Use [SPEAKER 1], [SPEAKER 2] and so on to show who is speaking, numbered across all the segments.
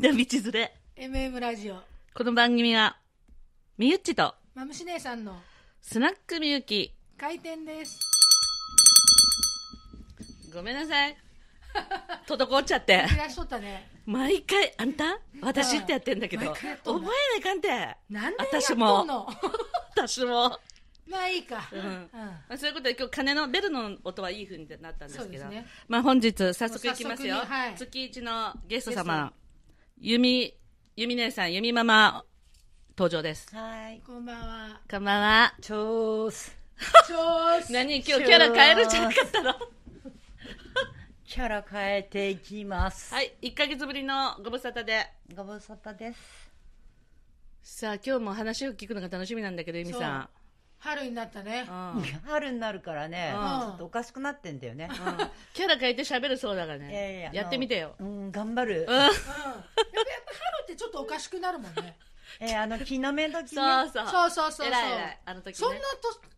[SPEAKER 1] な道連れ。
[SPEAKER 2] MM ラジオ
[SPEAKER 1] この番組は、みゆっちと、
[SPEAKER 2] マムシ姉さんの
[SPEAKER 1] スナックみゆき。
[SPEAKER 2] 開店です
[SPEAKER 1] ごめんなさい。滞っちゃって。
[SPEAKER 2] いらっしゃったね
[SPEAKER 1] 毎回、あんた私ってやってんだけど、
[SPEAKER 2] 毎
[SPEAKER 1] 覚
[SPEAKER 2] 回やっ
[SPEAKER 1] え
[SPEAKER 2] とんな
[SPEAKER 1] ないかんて。
[SPEAKER 2] なんでやっ
[SPEAKER 1] 私
[SPEAKER 2] とん
[SPEAKER 1] も
[SPEAKER 2] の
[SPEAKER 1] 私も。
[SPEAKER 2] まあいいか、
[SPEAKER 1] うん
[SPEAKER 2] うん
[SPEAKER 1] まあ、そういうことで今日鐘のベルの音はいい風になったんです
[SPEAKER 2] そう
[SPEAKER 1] け
[SPEAKER 2] で
[SPEAKER 1] ど
[SPEAKER 2] すね
[SPEAKER 1] まあ、本日早速いきますよ、
[SPEAKER 2] もう早速にはい
[SPEAKER 1] 月一のゲスト
[SPEAKER 2] ゲ
[SPEAKER 1] 様ゆみゆみ姉さんゆみママ登場です
[SPEAKER 3] はい。
[SPEAKER 2] こんば んは
[SPEAKER 1] こんばんは
[SPEAKER 3] ちょーす。
[SPEAKER 2] 調子
[SPEAKER 1] 何今日キャラ変えるんじゃなかったの
[SPEAKER 3] キャラ変えていきます。
[SPEAKER 1] はい1か月ぶりのご無沙汰で
[SPEAKER 3] ご無沙汰です。
[SPEAKER 1] さあ今日も話を聞くのが楽しみなんだけどゆみさ
[SPEAKER 2] 春になったね
[SPEAKER 1] ん、うんうん、
[SPEAKER 3] 春になるからね、
[SPEAKER 1] うん
[SPEAKER 3] ちょっとおかしくなってんだよね。
[SPEAKER 1] キャラ変えて喋るそうだから
[SPEAKER 3] いやい
[SPEAKER 1] ね
[SPEAKER 3] やい
[SPEAKER 1] やってみてよ
[SPEAKER 3] あのうん、頑張
[SPEAKER 1] う。ん
[SPEAKER 2] う
[SPEAKER 3] る
[SPEAKER 2] ん、やっぱやっぱ春ってちょっとおかしくなるもんね
[SPEAKER 3] えー、あの、日の目
[SPEAKER 1] そ
[SPEAKER 3] 時
[SPEAKER 1] う。
[SPEAKER 3] ね
[SPEAKER 1] そう
[SPEAKER 2] そうそうそうそう
[SPEAKER 1] 偉い偉いあの時ね
[SPEAKER 2] そんなと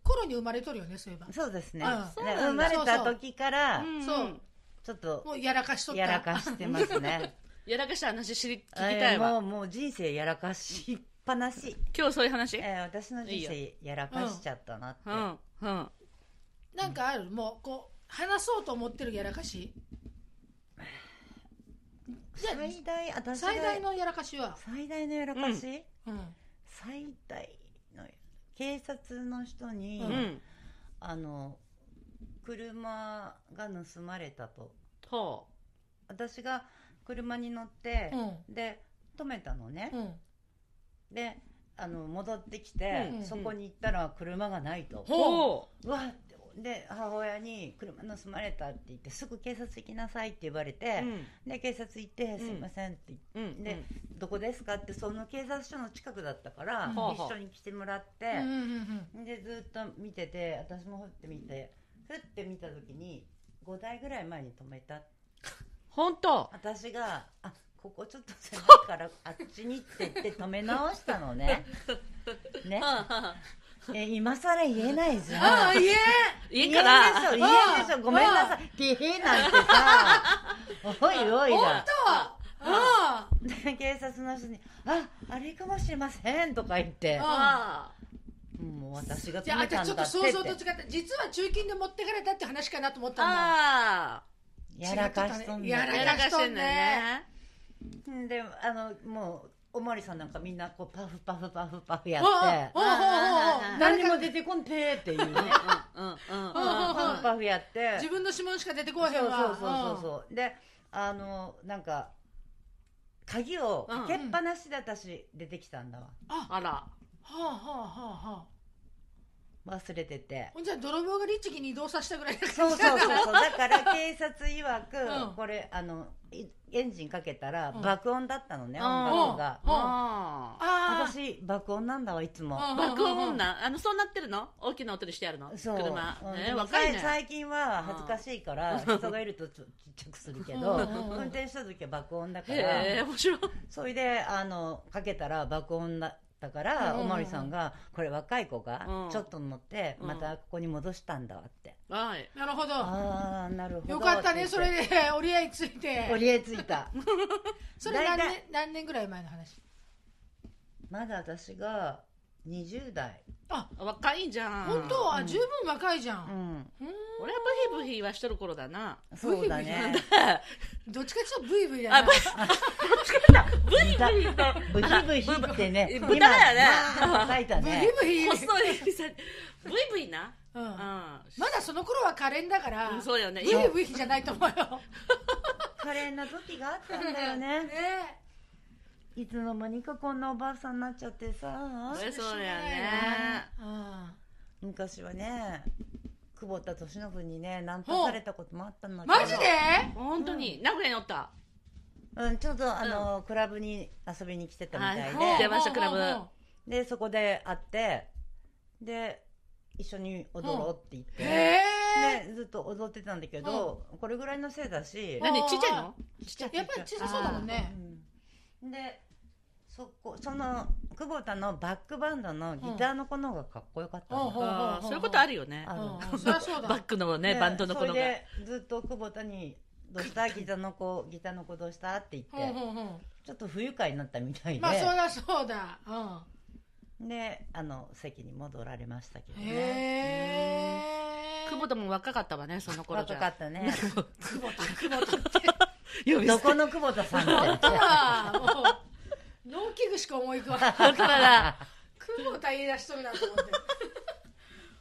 [SPEAKER 2] 頃に生まれとるよねそういえば、
[SPEAKER 3] そうですね。
[SPEAKER 2] あ
[SPEAKER 3] ね
[SPEAKER 1] そ
[SPEAKER 3] 生
[SPEAKER 1] う
[SPEAKER 3] ま
[SPEAKER 1] なん
[SPEAKER 3] れ
[SPEAKER 2] だ
[SPEAKER 3] た時から、
[SPEAKER 1] うん
[SPEAKER 2] そう
[SPEAKER 3] ちょっと
[SPEAKER 2] も、うやらかしとった
[SPEAKER 3] やらかしてますね。
[SPEAKER 1] やらかした話知り 聞き
[SPEAKER 3] えー
[SPEAKER 1] たいわ、
[SPEAKER 3] もう、もう人生やらかしっぱなし。
[SPEAKER 1] 今日そういう話、
[SPEAKER 3] えー、私の人生やらかしちゃったなって。
[SPEAKER 1] うんうん
[SPEAKER 2] なんかあるもうこう話そうと思ってるやらかしじゃ
[SPEAKER 3] 最大、私が
[SPEAKER 2] 最大。のやらかしは、
[SPEAKER 3] 最大のやらかし、
[SPEAKER 2] うん、
[SPEAKER 3] 最大の警察の人に、
[SPEAKER 1] うん
[SPEAKER 3] あの車が盗まれたと
[SPEAKER 1] ほ
[SPEAKER 3] 私が車に乗って、で止めたのね
[SPEAKER 2] う、ん、
[SPEAKER 3] であの戻ってきて、
[SPEAKER 2] うん
[SPEAKER 3] そこに行ったら車がないと
[SPEAKER 1] う、ほ
[SPEAKER 3] うわっってで母親に「車盗まれた」って言って「すぐ警察行きなさい」って言われ
[SPEAKER 1] う
[SPEAKER 3] て、
[SPEAKER 1] ん
[SPEAKER 3] で警察行って「
[SPEAKER 1] ん
[SPEAKER 3] すいません」って言って。
[SPEAKER 1] うん
[SPEAKER 3] でどこですかってその警察署の近くだったか
[SPEAKER 2] う
[SPEAKER 3] ら、
[SPEAKER 2] ん
[SPEAKER 3] 一緒に来てもらって、
[SPEAKER 2] うんうんうん
[SPEAKER 3] でずっと見てて私もふって見てふって見た時に5台ぐらい前に止めた
[SPEAKER 1] 本当
[SPEAKER 3] 私が「あここちょっと狭い からあっちに」って言って止め直したのね ねえ今更言えないじ
[SPEAKER 2] ああ
[SPEAKER 3] ゃん
[SPEAKER 2] いえ
[SPEAKER 1] いい
[SPEAKER 3] 言え
[SPEAKER 1] か
[SPEAKER 3] んで
[SPEAKER 1] ら
[SPEAKER 3] しょ言えんでしょごめんなさいピヘなんてさおいおい
[SPEAKER 2] 本
[SPEAKER 3] だ
[SPEAKER 2] 当はああ
[SPEAKER 3] で警察の人に「ああれかもしれません」とか言って
[SPEAKER 2] あ
[SPEAKER 1] あ
[SPEAKER 3] 「もう私が
[SPEAKER 2] じゃ
[SPEAKER 3] 止
[SPEAKER 2] あ
[SPEAKER 3] め
[SPEAKER 2] 私
[SPEAKER 3] た
[SPEAKER 2] ちょっと
[SPEAKER 3] んだって」
[SPEAKER 2] 想像と違
[SPEAKER 3] っ
[SPEAKER 2] ってた実は中金で持ってかれたって話かなと思ったんだ
[SPEAKER 1] あ
[SPEAKER 3] やらかしとんだ
[SPEAKER 2] や
[SPEAKER 1] あ
[SPEAKER 2] ら
[SPEAKER 1] やらかしてんだよね
[SPEAKER 3] うんであのもうおまわりさんなんかみんなこうパフパフパフパフや
[SPEAKER 2] おうおう
[SPEAKER 3] って
[SPEAKER 2] おうおうおう
[SPEAKER 3] 何も
[SPEAKER 2] 誰
[SPEAKER 3] 出てこんてっていうね
[SPEAKER 1] うんうんうん
[SPEAKER 2] おうおうおう
[SPEAKER 3] パフパフやって
[SPEAKER 2] か自分の指紋しか出てこ
[SPEAKER 3] そ
[SPEAKER 2] な
[SPEAKER 3] う
[SPEAKER 2] い
[SPEAKER 3] そう
[SPEAKER 2] わ
[SPEAKER 3] そうそうそうであのなんか鍵をかけっぱなしで私出てきたんだわ
[SPEAKER 2] あ
[SPEAKER 1] あら
[SPEAKER 2] はあはあはあはあ
[SPEAKER 3] 忘れてて
[SPEAKER 2] ほんじゃ泥棒が律儀に移動させたぐらいだ
[SPEAKER 3] そうそうそうそうだから警察曰く、
[SPEAKER 2] うん
[SPEAKER 3] これあのいエンジンかけたら
[SPEAKER 2] うん
[SPEAKER 3] 爆音だったのね、
[SPEAKER 1] うん
[SPEAKER 3] 音楽が、
[SPEAKER 2] うん
[SPEAKER 1] ああ
[SPEAKER 2] ああ
[SPEAKER 3] 私爆音なんだわいつも、
[SPEAKER 2] うん
[SPEAKER 1] 爆音女あのそうなってるの大きな音にしてやるの
[SPEAKER 3] そう
[SPEAKER 1] 車
[SPEAKER 3] うん
[SPEAKER 1] ね
[SPEAKER 3] でも
[SPEAKER 1] 若い
[SPEAKER 3] さい
[SPEAKER 1] ね
[SPEAKER 3] 最近は恥ずかしいから人がいるとちょちっちゃくするけど
[SPEAKER 2] うんうんうん
[SPEAKER 3] 運転した時は爆音だか
[SPEAKER 1] へ
[SPEAKER 3] ら
[SPEAKER 1] え面白い
[SPEAKER 3] それであのかけたら爆音だったから、
[SPEAKER 2] うんうんうん
[SPEAKER 3] おまわりさんが「これ若い子が
[SPEAKER 1] うん
[SPEAKER 3] ちょっと乗って
[SPEAKER 1] うん
[SPEAKER 3] またここに戻したんだわ」って、
[SPEAKER 1] はい
[SPEAKER 2] なるほど
[SPEAKER 3] ああなるほど
[SPEAKER 2] よかったねそれ
[SPEAKER 3] で
[SPEAKER 2] で 折り合いついて
[SPEAKER 3] 折り合いついた
[SPEAKER 2] それ何
[SPEAKER 3] 大
[SPEAKER 2] 年何年ぐらい前の話
[SPEAKER 3] まだ私が20代
[SPEAKER 2] あ
[SPEAKER 1] 若いじゃん
[SPEAKER 2] 本当あ十分若いじゃ
[SPEAKER 3] うんん
[SPEAKER 1] 俺はブヒブヒはしてる頃だな
[SPEAKER 3] そうだね
[SPEAKER 2] どっちかちょっとブイブイだな
[SPEAKER 1] ブヒブヒと
[SPEAKER 3] ブヒブヒってね
[SPEAKER 1] 豚だよね
[SPEAKER 3] 今バーンと叩いた
[SPEAKER 2] ブイ
[SPEAKER 3] ね
[SPEAKER 2] ブイ
[SPEAKER 1] 細い指さブイブイな
[SPEAKER 2] うん
[SPEAKER 1] うん
[SPEAKER 2] まだその頃は可憐だから、
[SPEAKER 1] うんそうよね
[SPEAKER 2] ブヒブヒじゃないと思うよ。
[SPEAKER 3] 可憐な時があったんだよ
[SPEAKER 2] ね
[SPEAKER 3] ねいつの間にかこんなおばあさんになっちゃってさ
[SPEAKER 1] そりゃそうだよね
[SPEAKER 2] え。うん
[SPEAKER 3] 昔はね久保田利伸にねナンパされたこともあったんだけど
[SPEAKER 2] マジで
[SPEAKER 1] 本当に名古屋におった
[SPEAKER 3] うん、ちょうどあの、クラブに遊びに来てたみたいで、
[SPEAKER 1] はい出ましたクラブ
[SPEAKER 3] でそこで会ってで一緒に踊ろうって言っ
[SPEAKER 2] ブへ
[SPEAKER 3] て、
[SPEAKER 2] え。
[SPEAKER 3] でずっと踊ってたんだけど、これぐらいのせいだし、
[SPEAKER 1] 何ちっちゃいの
[SPEAKER 3] ちっちゃい
[SPEAKER 2] やっぱり小さそうだもんね。
[SPEAKER 3] うんでそこその久保田のバックバンドのギターの子の方がかっこよかったの、
[SPEAKER 2] うんほう
[SPEAKER 1] あーそういうことあるよね
[SPEAKER 3] あ
[SPEAKER 2] う
[SPEAKER 3] る
[SPEAKER 2] んうんそりゃそうだ。
[SPEAKER 1] バックのねバンドの子のが
[SPEAKER 3] それでずっと久保田にどうしたギターの子ギターの子どうしたって言
[SPEAKER 2] うん
[SPEAKER 3] って
[SPEAKER 2] うんうん
[SPEAKER 3] ちょっと不愉快になったみたいで、
[SPEAKER 2] まあそりゃそうだうん
[SPEAKER 3] であの席に戻られましたけどね
[SPEAKER 2] へえ
[SPEAKER 1] 久保田も若かったわね、その頃じ
[SPEAKER 3] 若
[SPEAKER 1] ゃ。
[SPEAKER 3] かった ね
[SPEAKER 2] 久保田久保田って
[SPEAKER 1] 呼び捨
[SPEAKER 3] ど
[SPEAKER 1] て
[SPEAKER 3] この久保田さん
[SPEAKER 2] 本
[SPEAKER 3] って
[SPEAKER 2] 当だ もう農機具しか思い浮かばない
[SPEAKER 1] 本当だな。
[SPEAKER 2] 久保田言い出しとるなと思って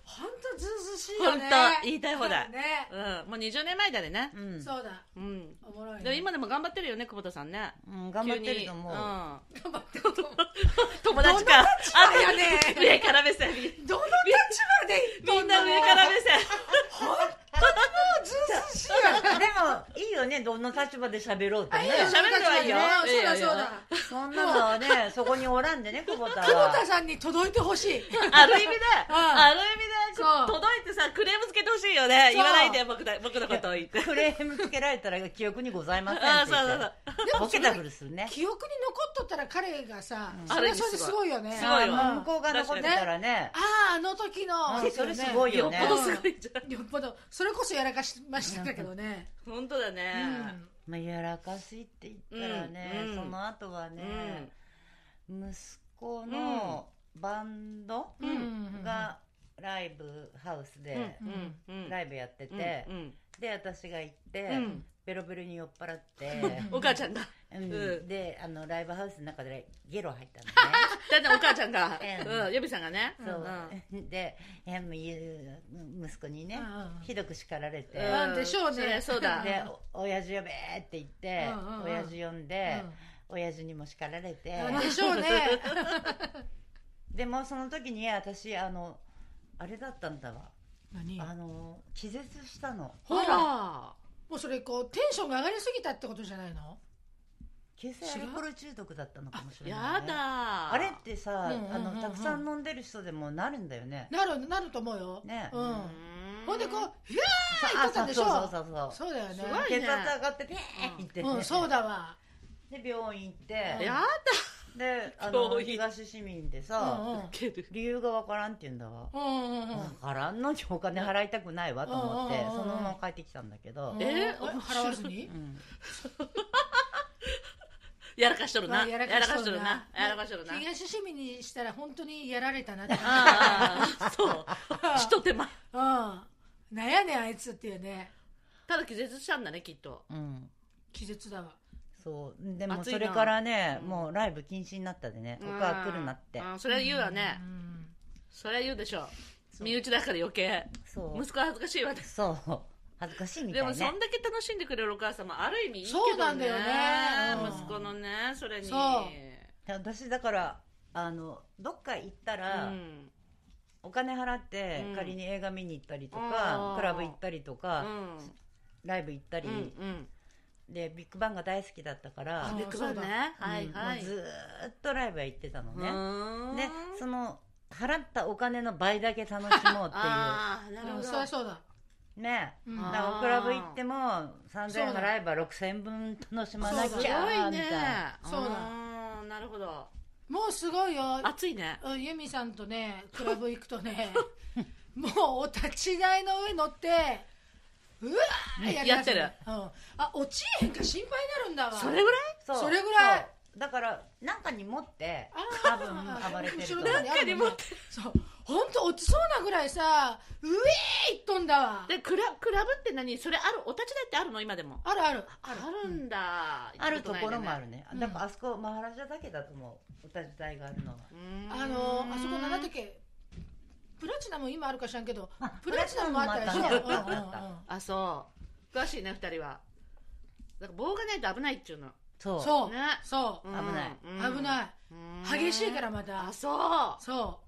[SPEAKER 2] 本当ずうずうしい
[SPEAKER 1] 本
[SPEAKER 2] よね
[SPEAKER 1] 当言いたい放題。
[SPEAKER 2] ね
[SPEAKER 1] うん、もう20年前だでね。
[SPEAKER 3] うん、
[SPEAKER 2] そうだ
[SPEAKER 1] うん。
[SPEAKER 2] おもろいね
[SPEAKER 1] でも今でも頑張ってるよね、久保田さんね。
[SPEAKER 3] うん、頑張ってると思う、
[SPEAKER 1] 急
[SPEAKER 2] 頑張ってると
[SPEAKER 1] に
[SPEAKER 2] 思う
[SPEAKER 1] うん友達か。あ
[SPEAKER 2] やね
[SPEAKER 1] 上から目線。
[SPEAKER 2] どの立場で言っと
[SPEAKER 1] みんな上から目線。
[SPEAKER 2] ずうずうしいよね
[SPEAKER 3] でもいいよねどの立場で喋ろうってね
[SPEAKER 1] 喋るのはいいよ
[SPEAKER 2] そうだそうだ
[SPEAKER 3] そんなのはねそこにおらんでね久保田は
[SPEAKER 2] 久保田さんに届いてほしい
[SPEAKER 1] ある意味で、
[SPEAKER 2] うん
[SPEAKER 1] ある意味で、
[SPEAKER 2] そう
[SPEAKER 1] 届いてさ、クレームつけてほしいよね。
[SPEAKER 2] そ
[SPEAKER 1] 言
[SPEAKER 2] う
[SPEAKER 1] わないで、僕だ僕のことを言って。
[SPEAKER 3] クレームつけられたら記憶にございません
[SPEAKER 1] あ
[SPEAKER 3] っ
[SPEAKER 1] あ、
[SPEAKER 3] て
[SPEAKER 1] そう
[SPEAKER 3] 言って
[SPEAKER 1] そう
[SPEAKER 2] でも
[SPEAKER 3] ボケたふりするね
[SPEAKER 2] 記憶に残っとったら彼がさ
[SPEAKER 3] うん
[SPEAKER 2] それはそれですごいよね
[SPEAKER 1] すごいわ
[SPEAKER 2] う
[SPEAKER 3] あ
[SPEAKER 2] ん
[SPEAKER 3] 向こうが残ってたらね
[SPEAKER 2] あああの時
[SPEAKER 3] う
[SPEAKER 2] の、
[SPEAKER 3] ん
[SPEAKER 2] です
[SPEAKER 3] そ
[SPEAKER 2] よ
[SPEAKER 3] れ
[SPEAKER 2] ね
[SPEAKER 3] すごい
[SPEAKER 1] そう。よ
[SPEAKER 3] よ
[SPEAKER 1] っ
[SPEAKER 3] ね
[SPEAKER 1] ぽどすごいじゃん。
[SPEAKER 2] よっぽどそれこそやらかしましたけどね、
[SPEAKER 1] 本当だ
[SPEAKER 2] う
[SPEAKER 1] ね。
[SPEAKER 2] ん、
[SPEAKER 3] まあ、やらかしいって言ったらね、
[SPEAKER 1] うん
[SPEAKER 3] その後は
[SPEAKER 1] う
[SPEAKER 3] ね、息子のバンド
[SPEAKER 1] うん
[SPEAKER 3] がライブハウスで
[SPEAKER 1] うんうん
[SPEAKER 3] ライブやってて、
[SPEAKER 1] うんうん
[SPEAKER 3] で私が行って、
[SPEAKER 1] うん
[SPEAKER 3] ベロベロに酔っ払って、
[SPEAKER 1] お母ちゃんが。
[SPEAKER 3] うん
[SPEAKER 1] うん
[SPEAKER 3] であのライブハウスの中でゲロ吐いた のね。
[SPEAKER 1] だってお母ちゃんが
[SPEAKER 3] え、え
[SPEAKER 1] うん、予備さんがね。
[SPEAKER 3] そ
[SPEAKER 1] ん
[SPEAKER 3] うでいやもう言う息子にね、
[SPEAKER 2] うんうん
[SPEAKER 3] ひどく叱られて、
[SPEAKER 1] うん
[SPEAKER 2] なんでしょうね
[SPEAKER 1] そりゃそうだ。
[SPEAKER 3] でお親父呼べーって言って、
[SPEAKER 2] うんうんうん
[SPEAKER 3] 親父呼んで、親父にも叱られて、
[SPEAKER 2] なんでしょうね
[SPEAKER 3] でもその時に私あのあれだったんだわ、
[SPEAKER 2] 何
[SPEAKER 3] あの気絶したの
[SPEAKER 1] ほら。
[SPEAKER 2] もうそれこうテンションが上がりすぎたってことじゃないの
[SPEAKER 3] 急性アルコール中毒だったのかもしれない、ね、
[SPEAKER 1] やだ。
[SPEAKER 3] あれってさ、
[SPEAKER 2] うんうんうんうん
[SPEAKER 3] あのたくさん飲んでる人でもなるんだよね
[SPEAKER 2] なるなると思うよ、
[SPEAKER 3] ね
[SPEAKER 2] うん
[SPEAKER 1] う
[SPEAKER 2] ほんでこう「ひゃ
[SPEAKER 3] さ
[SPEAKER 2] 言ってたでしょ
[SPEAKER 3] あそうそう
[SPEAKER 2] そ
[SPEAKER 3] そうそう
[SPEAKER 2] うだよね
[SPEAKER 1] すごいね
[SPEAKER 3] 血圧上がってペーってって、
[SPEAKER 2] うん、そうだわ
[SPEAKER 3] で病院行って
[SPEAKER 2] うん
[SPEAKER 1] や
[SPEAKER 3] であ
[SPEAKER 1] 病
[SPEAKER 3] の
[SPEAKER 1] 院
[SPEAKER 3] 東市民で
[SPEAKER 2] う
[SPEAKER 3] さ、
[SPEAKER 2] んうん
[SPEAKER 1] だけど。
[SPEAKER 3] 理由がわからんって言うんだわ、
[SPEAKER 2] うんうんうん
[SPEAKER 3] わからんのにお金払いたくないわと思って、
[SPEAKER 2] うんうんうんうん
[SPEAKER 3] そのまま帰ってきたんだけど、
[SPEAKER 2] うん
[SPEAKER 1] え
[SPEAKER 2] 払わずに
[SPEAKER 3] うん
[SPEAKER 1] やらかしとるな。
[SPEAKER 2] あ
[SPEAKER 1] やらかしとる
[SPEAKER 2] や
[SPEAKER 1] な。やらかしとるな。
[SPEAKER 2] 東市民にしたら本当にやられたなって
[SPEAKER 1] ああ、そう。ひと手間。
[SPEAKER 2] うんなんやねんあいつっていうね
[SPEAKER 1] ただ気絶したんだね、きっと。
[SPEAKER 3] うん
[SPEAKER 2] 気絶だわ
[SPEAKER 3] そうでも
[SPEAKER 1] 暑いな
[SPEAKER 3] それからね、
[SPEAKER 1] うん
[SPEAKER 3] もうライブ禁止になったでね、僕は来るなって、
[SPEAKER 1] あーそれは言うわね
[SPEAKER 2] う。ん
[SPEAKER 1] それは言うでしょ。
[SPEAKER 3] そうう
[SPEAKER 1] 身内だから余計。
[SPEAKER 3] そう
[SPEAKER 1] 息子は恥ずかしいわね。
[SPEAKER 3] そう恥ずかしいみた
[SPEAKER 1] で
[SPEAKER 3] いね
[SPEAKER 1] もそんだけ楽しんでくれるお母様ある意味いいけどね
[SPEAKER 2] そうなんだよね
[SPEAKER 3] うん
[SPEAKER 1] 息子のねそれに
[SPEAKER 2] そう
[SPEAKER 3] 私だからあのどっか行った
[SPEAKER 1] う
[SPEAKER 3] ら、
[SPEAKER 1] ん
[SPEAKER 3] お金払って、
[SPEAKER 1] うん
[SPEAKER 3] 仮に映画見に行ったりと
[SPEAKER 1] あ
[SPEAKER 3] か
[SPEAKER 1] ー
[SPEAKER 3] クラブ行ったりと
[SPEAKER 1] う
[SPEAKER 3] か、
[SPEAKER 1] ん
[SPEAKER 3] ライブ行ったり、
[SPEAKER 1] うん
[SPEAKER 3] でビッグバンが大好きだったから、
[SPEAKER 1] あ
[SPEAKER 2] うん
[SPEAKER 1] ビッグバンねはい
[SPEAKER 3] うん
[SPEAKER 1] はい
[SPEAKER 3] もうずーっとライブは行ってたのね、で
[SPEAKER 1] ね
[SPEAKER 3] その払ったお金の倍だけ楽しもうってい
[SPEAKER 1] ああなる
[SPEAKER 2] う
[SPEAKER 1] ほ
[SPEAKER 2] ん
[SPEAKER 1] ど
[SPEAKER 2] そりゃそうだ
[SPEAKER 3] うね
[SPEAKER 2] うん
[SPEAKER 3] だ
[SPEAKER 1] あ
[SPEAKER 3] からクラブ行っても3000
[SPEAKER 2] そ
[SPEAKER 3] 円
[SPEAKER 2] うだ
[SPEAKER 3] 払えば6000分楽しまな
[SPEAKER 1] す
[SPEAKER 2] だ
[SPEAKER 3] き
[SPEAKER 1] ごいね
[SPEAKER 3] ゃみたいな
[SPEAKER 2] そうだ
[SPEAKER 1] あーなるほど
[SPEAKER 2] もうすごいよ
[SPEAKER 1] 暑いね
[SPEAKER 2] うんユミさんとねクラブ行く とねもうお立ち台の上乗ってうわーやりだすね
[SPEAKER 1] やっ
[SPEAKER 2] うん、あ落ちへんか心配になるんだわ
[SPEAKER 1] それぐらい
[SPEAKER 3] そう
[SPEAKER 2] それぐらい
[SPEAKER 3] そうだからなんかに持って
[SPEAKER 2] あ
[SPEAKER 3] 多
[SPEAKER 2] ー
[SPEAKER 3] 分暴れてると
[SPEAKER 2] 後ろ
[SPEAKER 3] 思
[SPEAKER 2] とか
[SPEAKER 3] う
[SPEAKER 2] にあるもんね
[SPEAKER 1] 中
[SPEAKER 2] そう本当落ちそうなぐらいさうえーいっとんだわ
[SPEAKER 1] でクラクラブって何それあるお立ち台ってあるの今でも
[SPEAKER 2] あるある
[SPEAKER 1] あるんだ
[SPEAKER 3] あるところもあるね
[SPEAKER 2] うん
[SPEAKER 3] だからあそこマハラジャだけだと思うお立ち台があるのは
[SPEAKER 2] あのあそこなんだ
[SPEAKER 1] 七
[SPEAKER 2] っけプラチナも今あるか知らんけど
[SPEAKER 3] あ
[SPEAKER 2] プラチナもあったでしょ
[SPEAKER 3] プラチナもあっ
[SPEAKER 2] うん
[SPEAKER 3] た
[SPEAKER 2] うん
[SPEAKER 3] あった
[SPEAKER 2] うん
[SPEAKER 1] あそう詳しいね二人はだから棒がないと危ないっていうの
[SPEAKER 3] そう
[SPEAKER 2] そう
[SPEAKER 1] ね
[SPEAKER 2] そううん
[SPEAKER 3] 危ない
[SPEAKER 2] 危な
[SPEAKER 1] う
[SPEAKER 2] い
[SPEAKER 1] ん
[SPEAKER 2] 激しいからま
[SPEAKER 1] あ
[SPEAKER 2] だ
[SPEAKER 1] そ
[SPEAKER 2] そ